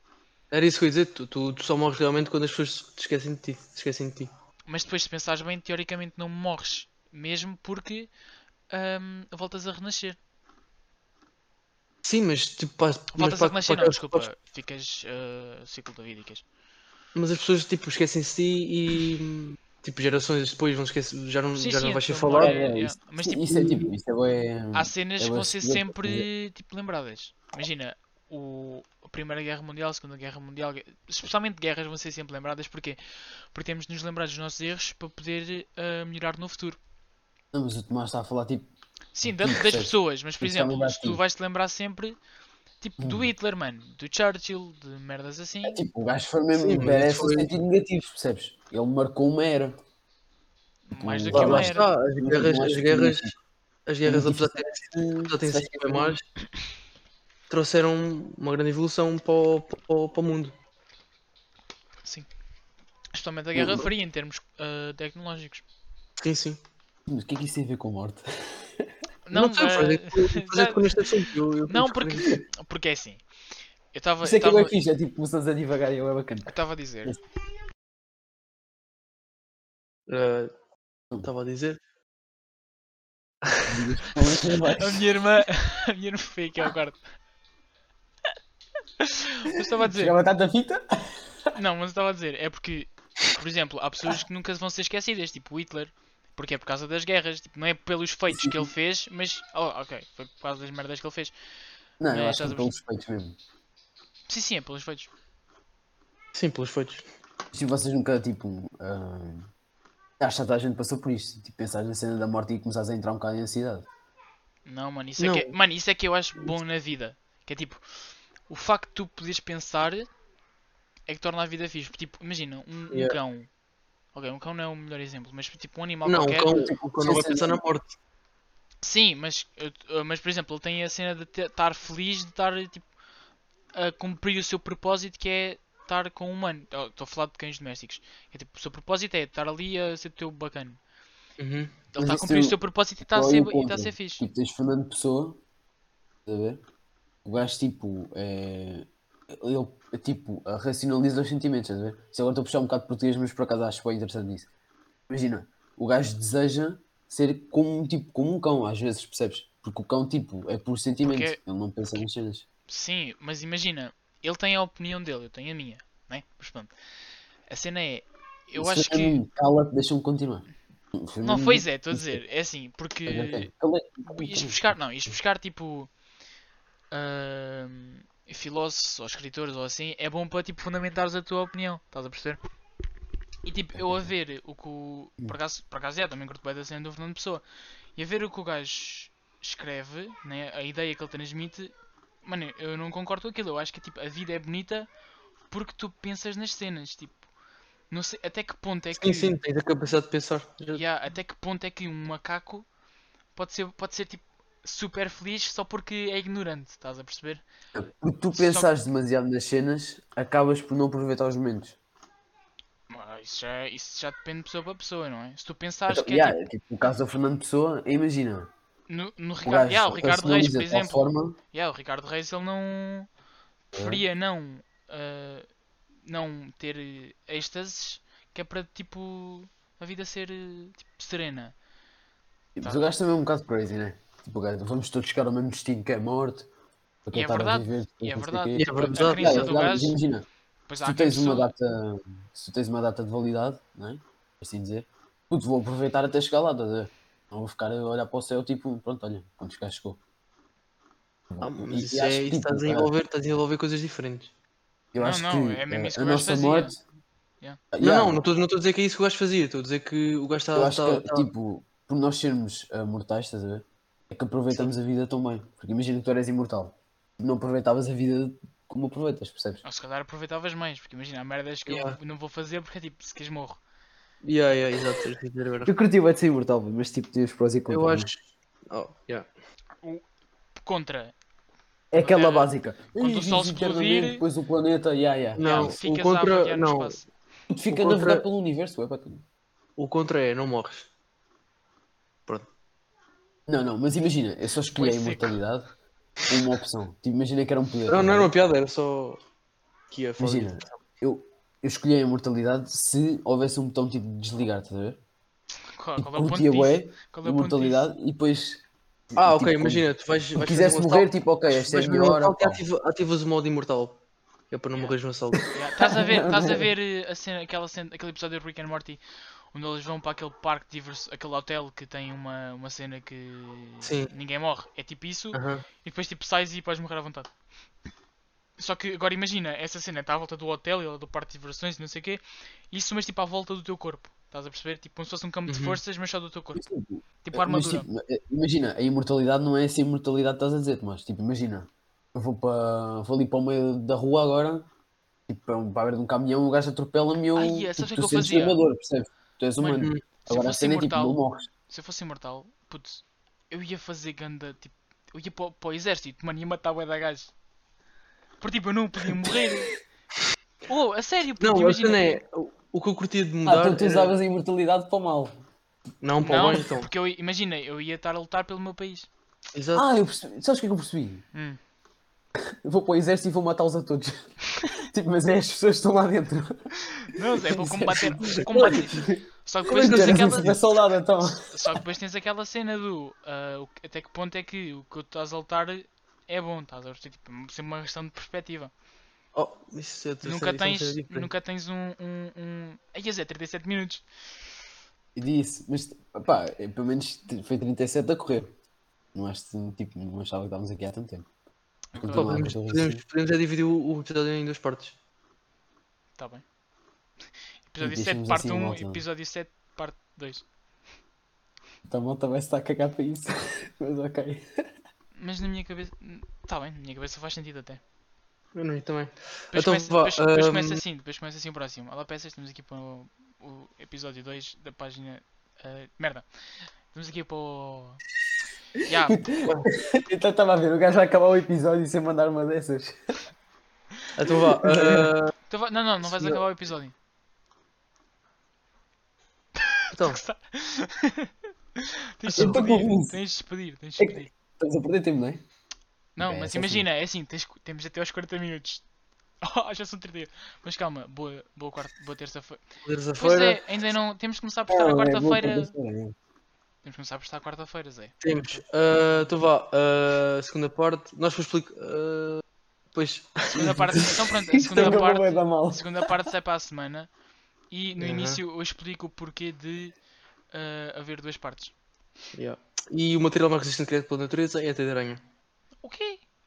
[SPEAKER 2] Era isso que eu ia dizer, tu, tu, tu só morres realmente quando as pessoas te esquecem de ti. Te esquecem de ti.
[SPEAKER 1] Mas depois, se pensares bem, teoricamente não morres, mesmo porque ahm, voltas a renascer.
[SPEAKER 2] Sim, mas tipo, pá, mas
[SPEAKER 1] Voltas
[SPEAKER 2] pá-
[SPEAKER 1] a renascer,
[SPEAKER 2] pá-
[SPEAKER 1] não,
[SPEAKER 2] pá-
[SPEAKER 1] desculpa, ficas ah, ciclo da vida. queres.
[SPEAKER 2] Mas as pessoas tipo, esquecem-se de ti e tipo, gerações depois vão esquecer, já não,
[SPEAKER 1] Sim,
[SPEAKER 2] já
[SPEAKER 1] sim,
[SPEAKER 2] não vais ser
[SPEAKER 1] então,
[SPEAKER 2] falado.
[SPEAKER 1] é, é,
[SPEAKER 4] isso,
[SPEAKER 1] mas,
[SPEAKER 4] sim,
[SPEAKER 1] tipo,
[SPEAKER 4] isso é tipo, isso é bué-
[SPEAKER 1] Há cenas
[SPEAKER 4] é
[SPEAKER 1] que
[SPEAKER 4] bué
[SPEAKER 1] vão ser
[SPEAKER 4] seguro,
[SPEAKER 1] sempre tipo, lembradas. Imagina, o, a Primeira Guerra Mundial, a Segunda Guerra Mundial, gue- especialmente guerras vão ser sempre lembradas. Porquê? Porque temos de nos lembrar dos nossos erros para poder ah, melhorar no futuro.
[SPEAKER 4] Não, mas o Tomás está a falar tipo,
[SPEAKER 1] Sim, da- das
[SPEAKER 4] percebes?
[SPEAKER 1] pessoas, mas por
[SPEAKER 4] Isso também
[SPEAKER 1] exemplo,
[SPEAKER 4] dá
[SPEAKER 1] se tu
[SPEAKER 4] assim.
[SPEAKER 1] vais te lembrar sempre tipo do
[SPEAKER 4] Hum.
[SPEAKER 1] Hitler, mano, do Churchill, de merdas assim.
[SPEAKER 4] é tipo, o gajo foi mesmo,
[SPEAKER 2] Sim, mas
[SPEAKER 4] parece
[SPEAKER 2] isso foi-
[SPEAKER 4] no sentido negativo, percebes? Ele marcou uma era.
[SPEAKER 1] Mais do
[SPEAKER 4] Hum,
[SPEAKER 1] que
[SPEAKER 2] Lá,
[SPEAKER 1] é uma
[SPEAKER 2] lá
[SPEAKER 1] era.
[SPEAKER 2] está, as
[SPEAKER 4] Muito
[SPEAKER 2] guerras,
[SPEAKER 4] mais tipo,
[SPEAKER 2] as guerras,
[SPEAKER 4] político.
[SPEAKER 2] as guerras
[SPEAKER 4] Muito
[SPEAKER 2] apesar de terem
[SPEAKER 4] difícil.
[SPEAKER 2] apesar de terem
[SPEAKER 4] Se
[SPEAKER 2] sido
[SPEAKER 4] tivesse-
[SPEAKER 2] bem más, assim trouxeram uma grande evolução para o, para o- para o mundo.
[SPEAKER 1] Especialmente a Guerra
[SPEAKER 4] Hum.
[SPEAKER 2] Uhum.
[SPEAKER 1] Fria em termos ah, tecnológicos.
[SPEAKER 2] Sim, sim.
[SPEAKER 4] Mas o que é que isso tem a ver com a morte?
[SPEAKER 1] Não,
[SPEAKER 2] sei,
[SPEAKER 1] ah,
[SPEAKER 2] Fred, é que- Fred,
[SPEAKER 1] não,
[SPEAKER 2] com este assunto, eu- eu-
[SPEAKER 1] não,
[SPEAKER 2] eu-
[SPEAKER 1] porque porque é assim. Eu estava
[SPEAKER 4] Isso é que é
[SPEAKER 1] estava
[SPEAKER 4] bem fixe, é tipo, começamos a divagar e é bacana.
[SPEAKER 1] eu estava a dizer.
[SPEAKER 2] Ah, Estava a dizer.
[SPEAKER 4] é
[SPEAKER 1] A minha irmã, a minha irmã foi aqui ao quarto. Eu estava a dizer,
[SPEAKER 4] Chegava tanta fita?
[SPEAKER 1] Não, mas eu estava a dizer, é porque, por exemplo, há pessoas que nunca vão ser esquecidas, tipo o Hitler, porque é por causa das guerras, tipo, não é pelos feitos que ele fez, mas. Oh, ok, foi por causa das merdas que ele fez.
[SPEAKER 4] Não, eu
[SPEAKER 1] É,
[SPEAKER 4] acho que
[SPEAKER 1] estás a
[SPEAKER 4] é pelos feitos mesmo.
[SPEAKER 1] Sim, sim, é pelos feitos.
[SPEAKER 2] Sim, pelos feitos.
[SPEAKER 4] Tipo, vocês nunca, tipo. ah, Acho que toda a gente passou por isto. Tipo, pensares na cena da morte e começares a entrar um bocado em ansiedade.
[SPEAKER 1] Não, mano, isso é, que é, mano, isso é que eu acho bom na vida. Que é tipo, o facto de tu poderes pensar é que torna a vida fixe. Tipo, imagina, um, um
[SPEAKER 2] Yeah.
[SPEAKER 1] cão. Ok, um cão não é o melhor exemplo, mas tipo um animal
[SPEAKER 2] Não,
[SPEAKER 1] qualquer.
[SPEAKER 2] o cão, o cão não vai
[SPEAKER 4] Sim, sim.
[SPEAKER 2] pensar na morte.
[SPEAKER 1] Sim, mas, eu- eu- mas por exemplo, ele tem a cena de te- estar feliz, de estar tipo, a cumprir o seu propósito que é estar com um humano. Oh, Estou a falar de cães domésticos. É, tipo, o seu propósito é estar ali a ser teu bacana.
[SPEAKER 2] Uhum.
[SPEAKER 1] Ele
[SPEAKER 4] Mas
[SPEAKER 1] está
[SPEAKER 4] é
[SPEAKER 1] a
[SPEAKER 4] isso
[SPEAKER 1] cumprir o
[SPEAKER 4] eu-
[SPEAKER 1] seu propósito e está a
[SPEAKER 4] Pró e
[SPEAKER 1] ser,
[SPEAKER 4] o
[SPEAKER 1] e está a
[SPEAKER 4] contra.
[SPEAKER 1] ser fixe.
[SPEAKER 4] Tipo, tens Fernando Pessoa, estás a ver? O gajo, tipo, é... ele, tipo, racionaliza os sentimentos, estás a ver? Isso agora estou a puxar um bocado de português, mas por acaso acho bem interessante isso. Imagina, o gajo deseja ser como, tipo, como um cão, às vezes, percebes? Porque o cão, tipo, é por sentimento,
[SPEAKER 1] Porque-
[SPEAKER 4] ele não pensa nas cenas.
[SPEAKER 1] Sim, mas imagina, ele tem a opinião dele, eu tenho a minha, né? Mas pronto. A cena é, eu
[SPEAKER 4] Isso
[SPEAKER 1] acho
[SPEAKER 4] é
[SPEAKER 1] que.
[SPEAKER 4] mesmo- Cala-te, deixa-me continuar. Foi
[SPEAKER 1] Não,
[SPEAKER 4] mesmo-
[SPEAKER 1] pois é, estou a dizer, é assim, porque.
[SPEAKER 4] Cala-te.
[SPEAKER 1] Ias buscar, não, ias buscar tipo ahm, filósofos ou escritores ou assim, é bom para tipo fundamentares a tua opinião, estás a perceber? E tipo, eu a ver o que o. Por acaso, por acaso é, também curto bem da cena do Fernando Pessoa. E a ver o que o gajo escreve, né, a ideia que ele transmite, mano, eu não concordo com aquilo. Eu acho que tipo, a vida é bonita porque tu pensas nas cenas, tipo. Não sei até que ponto é que.
[SPEAKER 2] Sim, sim, tens a capacidade de pensar. Já-
[SPEAKER 1] Yeah, até que ponto é que um macaco pode ser, pode ser tipo super feliz só porque é ignorante, estás a perceber?
[SPEAKER 4] Porque tu
[SPEAKER 1] Só-
[SPEAKER 4] pensares demasiado nas cenas, acabas por não aproveitar os momentos.
[SPEAKER 1] Ah, Isso já, isso já depende de pessoa para pessoa, não é? Se tu pensares
[SPEAKER 4] Então,
[SPEAKER 1] que é
[SPEAKER 4] yeah,
[SPEAKER 1] tipo,
[SPEAKER 4] é tipo, no caso do Fernando Pessoa, imagina.
[SPEAKER 1] no, no
[SPEAKER 4] O
[SPEAKER 1] Ricardo,
[SPEAKER 4] gajo
[SPEAKER 1] yeah, o Ricardo Reis, por
[SPEAKER 4] racionaliza de tal
[SPEAKER 1] exemplo,
[SPEAKER 4] forma.
[SPEAKER 1] yeah, o Ricardo Reis ele não preferia
[SPEAKER 4] É.
[SPEAKER 1] não, ah, não ter eh, êxtases que é para tipo a vida ser eh, tipo, serena. Tá.
[SPEAKER 4] Mas o gajo também é um bocado crazy, né? Tipo, o gajo, vamos todos chegar ao mesmo destino que é morte. para
[SPEAKER 1] E é
[SPEAKER 4] tentar
[SPEAKER 1] verdade,
[SPEAKER 4] viver,
[SPEAKER 1] e é
[SPEAKER 4] não sei o
[SPEAKER 1] verdade,
[SPEAKER 4] quê.
[SPEAKER 2] E é
[SPEAKER 1] tipo, a-
[SPEAKER 2] verdade.
[SPEAKER 1] a crença
[SPEAKER 4] Yeah,
[SPEAKER 1] do
[SPEAKER 4] yeah,
[SPEAKER 1] gajo,
[SPEAKER 4] Imagina,
[SPEAKER 1] pois
[SPEAKER 4] se
[SPEAKER 1] há
[SPEAKER 4] tu
[SPEAKER 1] quem
[SPEAKER 4] tens uma
[SPEAKER 1] pessoa-
[SPEAKER 4] data, se tu tens uma data de validade, não é? Por Assim dizer, puto, vou aproveitar até chegar lá, estás a ver? Não vou ficar a olhar para o céu, tipo, pronto, olha, quantos gajos chegou.
[SPEAKER 2] Ah, mas
[SPEAKER 4] E- e
[SPEAKER 2] isso,
[SPEAKER 4] acho
[SPEAKER 2] é,
[SPEAKER 4] que,
[SPEAKER 2] isso
[SPEAKER 4] tipo,
[SPEAKER 2] estás, a
[SPEAKER 4] é,
[SPEAKER 2] envolver, estás a envolver coisas diferentes.
[SPEAKER 4] Eu
[SPEAKER 1] Não,
[SPEAKER 4] acho
[SPEAKER 1] não,
[SPEAKER 4] que
[SPEAKER 1] é mesmo
[SPEAKER 4] eh,
[SPEAKER 1] isso que
[SPEAKER 4] a
[SPEAKER 1] o gajo
[SPEAKER 4] nossa
[SPEAKER 1] fazia.
[SPEAKER 4] morte. Ah,
[SPEAKER 1] Yeah.
[SPEAKER 4] Yeah,
[SPEAKER 2] Não, tá, não, não estou não estou a dizer que é isso que o gajo fazia, estou a dizer que o gajo está.
[SPEAKER 4] eu acho
[SPEAKER 2] está-
[SPEAKER 4] que,
[SPEAKER 2] está-
[SPEAKER 4] tipo, por nós sermos ah, mortais, estás a ver? É que aproveitamos a vida tão bem. Porque imagina que tu eras imortal. Não aproveitavas a vida como aproveitas, percebes?
[SPEAKER 1] Ou se calhar aproveitavas mais, porque imagina, há merdas que
[SPEAKER 2] Yeah.
[SPEAKER 1] eu não vou fazer porque é tipo, se queres morro.
[SPEAKER 2] Yeah, yeah, exato, tens de dizer agora.
[SPEAKER 4] Eu curti vai de ser imortal, mas tipo, tem os prós e contras.
[SPEAKER 2] Eu
[SPEAKER 4] não é?
[SPEAKER 2] acho. Oh, yeah.
[SPEAKER 1] Contra,
[SPEAKER 4] É aquela
[SPEAKER 1] Era-
[SPEAKER 4] básica.
[SPEAKER 1] quando o
[SPEAKER 4] Ih,
[SPEAKER 1] sol
[SPEAKER 4] vives
[SPEAKER 1] explodir-
[SPEAKER 4] eternamente, Depois o planeta, yeah, yeah.
[SPEAKER 2] Não,
[SPEAKER 1] ficas
[SPEAKER 2] o
[SPEAKER 1] a
[SPEAKER 2] contra.
[SPEAKER 1] vaguear no
[SPEAKER 2] Não,
[SPEAKER 1] espaço.
[SPEAKER 4] Tu fica
[SPEAKER 2] O
[SPEAKER 4] a
[SPEAKER 2] contra-
[SPEAKER 4] navegar pelo universo, é bacana.
[SPEAKER 2] o contra é não morres.
[SPEAKER 4] Não, não, mas imagina, eu só escolhi a
[SPEAKER 1] Foi seco.
[SPEAKER 4] imortalidade como uma opção. Tipo, imagina que era um poder.
[SPEAKER 2] Não, não era
[SPEAKER 4] não é?
[SPEAKER 2] uma piada, era só. Que ia falar.
[SPEAKER 4] Imagina, eu, eu escolhi a imortalidade se houvesse um botão tipo de desligar, estás a ver? Tipo,
[SPEAKER 1] Qual, qual é o ponto
[SPEAKER 4] Curtia
[SPEAKER 1] disso? Qual
[SPEAKER 4] bué,
[SPEAKER 1] é o ponto disso?
[SPEAKER 4] imortalidade, e depois.
[SPEAKER 2] Ah,
[SPEAKER 4] tipo,
[SPEAKER 2] ok,
[SPEAKER 4] quando
[SPEAKER 2] imagina, tu vais. vais
[SPEAKER 4] Quisesse
[SPEAKER 2] fazer um
[SPEAKER 4] morrer,
[SPEAKER 2] assalto,
[SPEAKER 4] tipo, ok, esta é a
[SPEAKER 2] vais fazer
[SPEAKER 4] minha
[SPEAKER 2] um
[SPEAKER 4] hora.
[SPEAKER 2] assalto e
[SPEAKER 4] pá.
[SPEAKER 2] ativa- ativas o modo imortal. É para não morreres no assalto.
[SPEAKER 1] Yeah, Estás a ver,
[SPEAKER 4] Não,
[SPEAKER 1] estás a
[SPEAKER 4] não.
[SPEAKER 1] ver eh, a cena, aquela cena, aquele episódio do Rick and Morty onde eles vão para aquele parque de diversão, aquele hotel que tem uma, uma cena que
[SPEAKER 2] Sim.
[SPEAKER 1] ninguém morre. É tipo isso,
[SPEAKER 2] Aham.
[SPEAKER 1] e depois tipo sais e podes morrer à vontade. Só que agora imagina, essa cena está à volta do hotel e ela do parque de diversões e não sei o quê, isso mas tipo à volta do teu corpo. Estás a perceber? Tipo como se fosse um campo de
[SPEAKER 2] Uhum.
[SPEAKER 1] forças, mas só do teu corpo.
[SPEAKER 4] Mas, tipo,
[SPEAKER 1] Tipo
[SPEAKER 4] Mas,
[SPEAKER 1] armadura.
[SPEAKER 4] tipo, eh, imagina, a imortalidade não é essa imortalidade que estás a dizer, mas tipo, imagina, eu vou para vou ali para o meio da rua agora, tipo, para, um- para a beira de um caminhão, o gajo atropela-me e eu,
[SPEAKER 1] Ah, yeah,
[SPEAKER 4] tipo,
[SPEAKER 1] sabes o que
[SPEAKER 4] tu
[SPEAKER 1] eu
[SPEAKER 4] sentes
[SPEAKER 1] fazia?
[SPEAKER 4] amador, percebes? Tu és humano.
[SPEAKER 1] Mano, se eu
[SPEAKER 4] agora a
[SPEAKER 1] fosse
[SPEAKER 4] cena é tipo,
[SPEAKER 1] imortal,
[SPEAKER 4] não morres.
[SPEAKER 1] se eu fosse imortal, putz, eu ia fazer ganda, tipo, eu ia para, o exército, mano, ia matar o da gajo. Porque tipo, eu não podia morrer. oh, a sério, puto,
[SPEAKER 2] Não, a
[SPEAKER 1] imagina.
[SPEAKER 2] cena é. o- O que eu curtia de
[SPEAKER 4] Ah,
[SPEAKER 2] mudar.
[SPEAKER 4] então tu
[SPEAKER 2] era-
[SPEAKER 4] usavas a imortalidade para o mal.
[SPEAKER 2] Não, para o
[SPEAKER 1] Não,
[SPEAKER 2] bem, então.
[SPEAKER 1] porque eu imagina, eu ia estar a lutar pelo meu país.
[SPEAKER 2] Exato.
[SPEAKER 4] Ah, eu percebi. Sabes o que é que eu percebi?
[SPEAKER 1] Hum.
[SPEAKER 4] Eu vou para o exército e vou matá-los a todos. tipo, mas é as pessoas que estão lá dentro.
[SPEAKER 1] Não, é para combater, combater. Só que depois
[SPEAKER 4] Tu
[SPEAKER 1] tens
[SPEAKER 4] eras um
[SPEAKER 1] aquela,
[SPEAKER 4] super soldado, então.
[SPEAKER 1] só que depois tens aquela cena do ah, o que- até que ponto é que o que tu estás a lutar é bom, estás a ver? Tipo, é sempre uma questão de perspectiva.
[SPEAKER 2] Oh, isso é outra
[SPEAKER 1] Nunca
[SPEAKER 2] cena, isso é uma
[SPEAKER 1] tens,
[SPEAKER 2] cena diferente.
[SPEAKER 1] nunca tens um, um, um... Ai, quer dizer, 37 minutos.
[SPEAKER 4] E disse, mas pá, eh, pelo menos t- foi 37 a correr. Não acho que, tipo, não achava que estávamos aqui há tanto tempo.
[SPEAKER 1] Ok.
[SPEAKER 2] Pá,
[SPEAKER 4] Não,
[SPEAKER 2] podemos,
[SPEAKER 4] mas eu
[SPEAKER 2] podemos,
[SPEAKER 4] assim-
[SPEAKER 2] podemos é dividir o o episódio em duas partes.
[SPEAKER 1] Tá bem. Episódio 7,
[SPEAKER 4] deixamos
[SPEAKER 1] parte
[SPEAKER 4] assim,
[SPEAKER 1] 1,
[SPEAKER 4] malta.
[SPEAKER 1] episódio 7, parte 2.
[SPEAKER 4] Tá bom, também se está a cagar para isso. Mas ok.
[SPEAKER 1] Mas na minha cabeça. Tá bem, na minha cabeça faz sentido até.
[SPEAKER 2] Eu não, também.
[SPEAKER 1] Depois,
[SPEAKER 2] Então,
[SPEAKER 1] começa,
[SPEAKER 2] vá,
[SPEAKER 1] depois, depois
[SPEAKER 4] um,
[SPEAKER 2] ahm.
[SPEAKER 1] começa assim, depois começa assim o próximo. Olá peças, estamos aqui para o, o episódio 2 da página. ah, merda! Estamos aqui para o. Ya,
[SPEAKER 4] Então estava a ver, o gajo vai acabar o episódio sem mandar uma dessas.
[SPEAKER 2] Então vá. ah,
[SPEAKER 1] então vai- não, não, não vais
[SPEAKER 2] Senhor-
[SPEAKER 1] acabar o episódio.
[SPEAKER 2] então,
[SPEAKER 1] Tens de
[SPEAKER 4] Eu tô
[SPEAKER 1] despedir,
[SPEAKER 4] confuso.
[SPEAKER 1] tens de despedir, tens de
[SPEAKER 4] Então É que-
[SPEAKER 1] despedir.
[SPEAKER 4] Estamos a perder tempo, não é?
[SPEAKER 1] Não,
[SPEAKER 4] É,
[SPEAKER 1] mas
[SPEAKER 4] é assim.
[SPEAKER 1] imagina, é assim, tens- temos até aos 40 minutos. Ah, já são 30. Mas calma, boa, boa, quarta- boa terça-feira. Pois
[SPEAKER 2] terça-feira
[SPEAKER 1] é, ainda não. Temos que começar a
[SPEAKER 4] é,
[SPEAKER 1] postar a quarta-feira. é.
[SPEAKER 4] Não,
[SPEAKER 1] Temos que começar a postar a quarta-feira, Zé.
[SPEAKER 2] temos. ah, então vá. ah, segunda parte. Nós vamos explicar. depois.
[SPEAKER 1] A segunda parte. Então pronto, a segunda
[SPEAKER 4] vai
[SPEAKER 1] parte.
[SPEAKER 4] dar mal.
[SPEAKER 1] A segunda parte sai para a semana. E no
[SPEAKER 2] Uhum.
[SPEAKER 1] início eu explico o porquê de ah, haver duas partes.
[SPEAKER 2] Yeah. E o material mais resistente criado pela natureza é a teia de aranha.
[SPEAKER 1] O quê?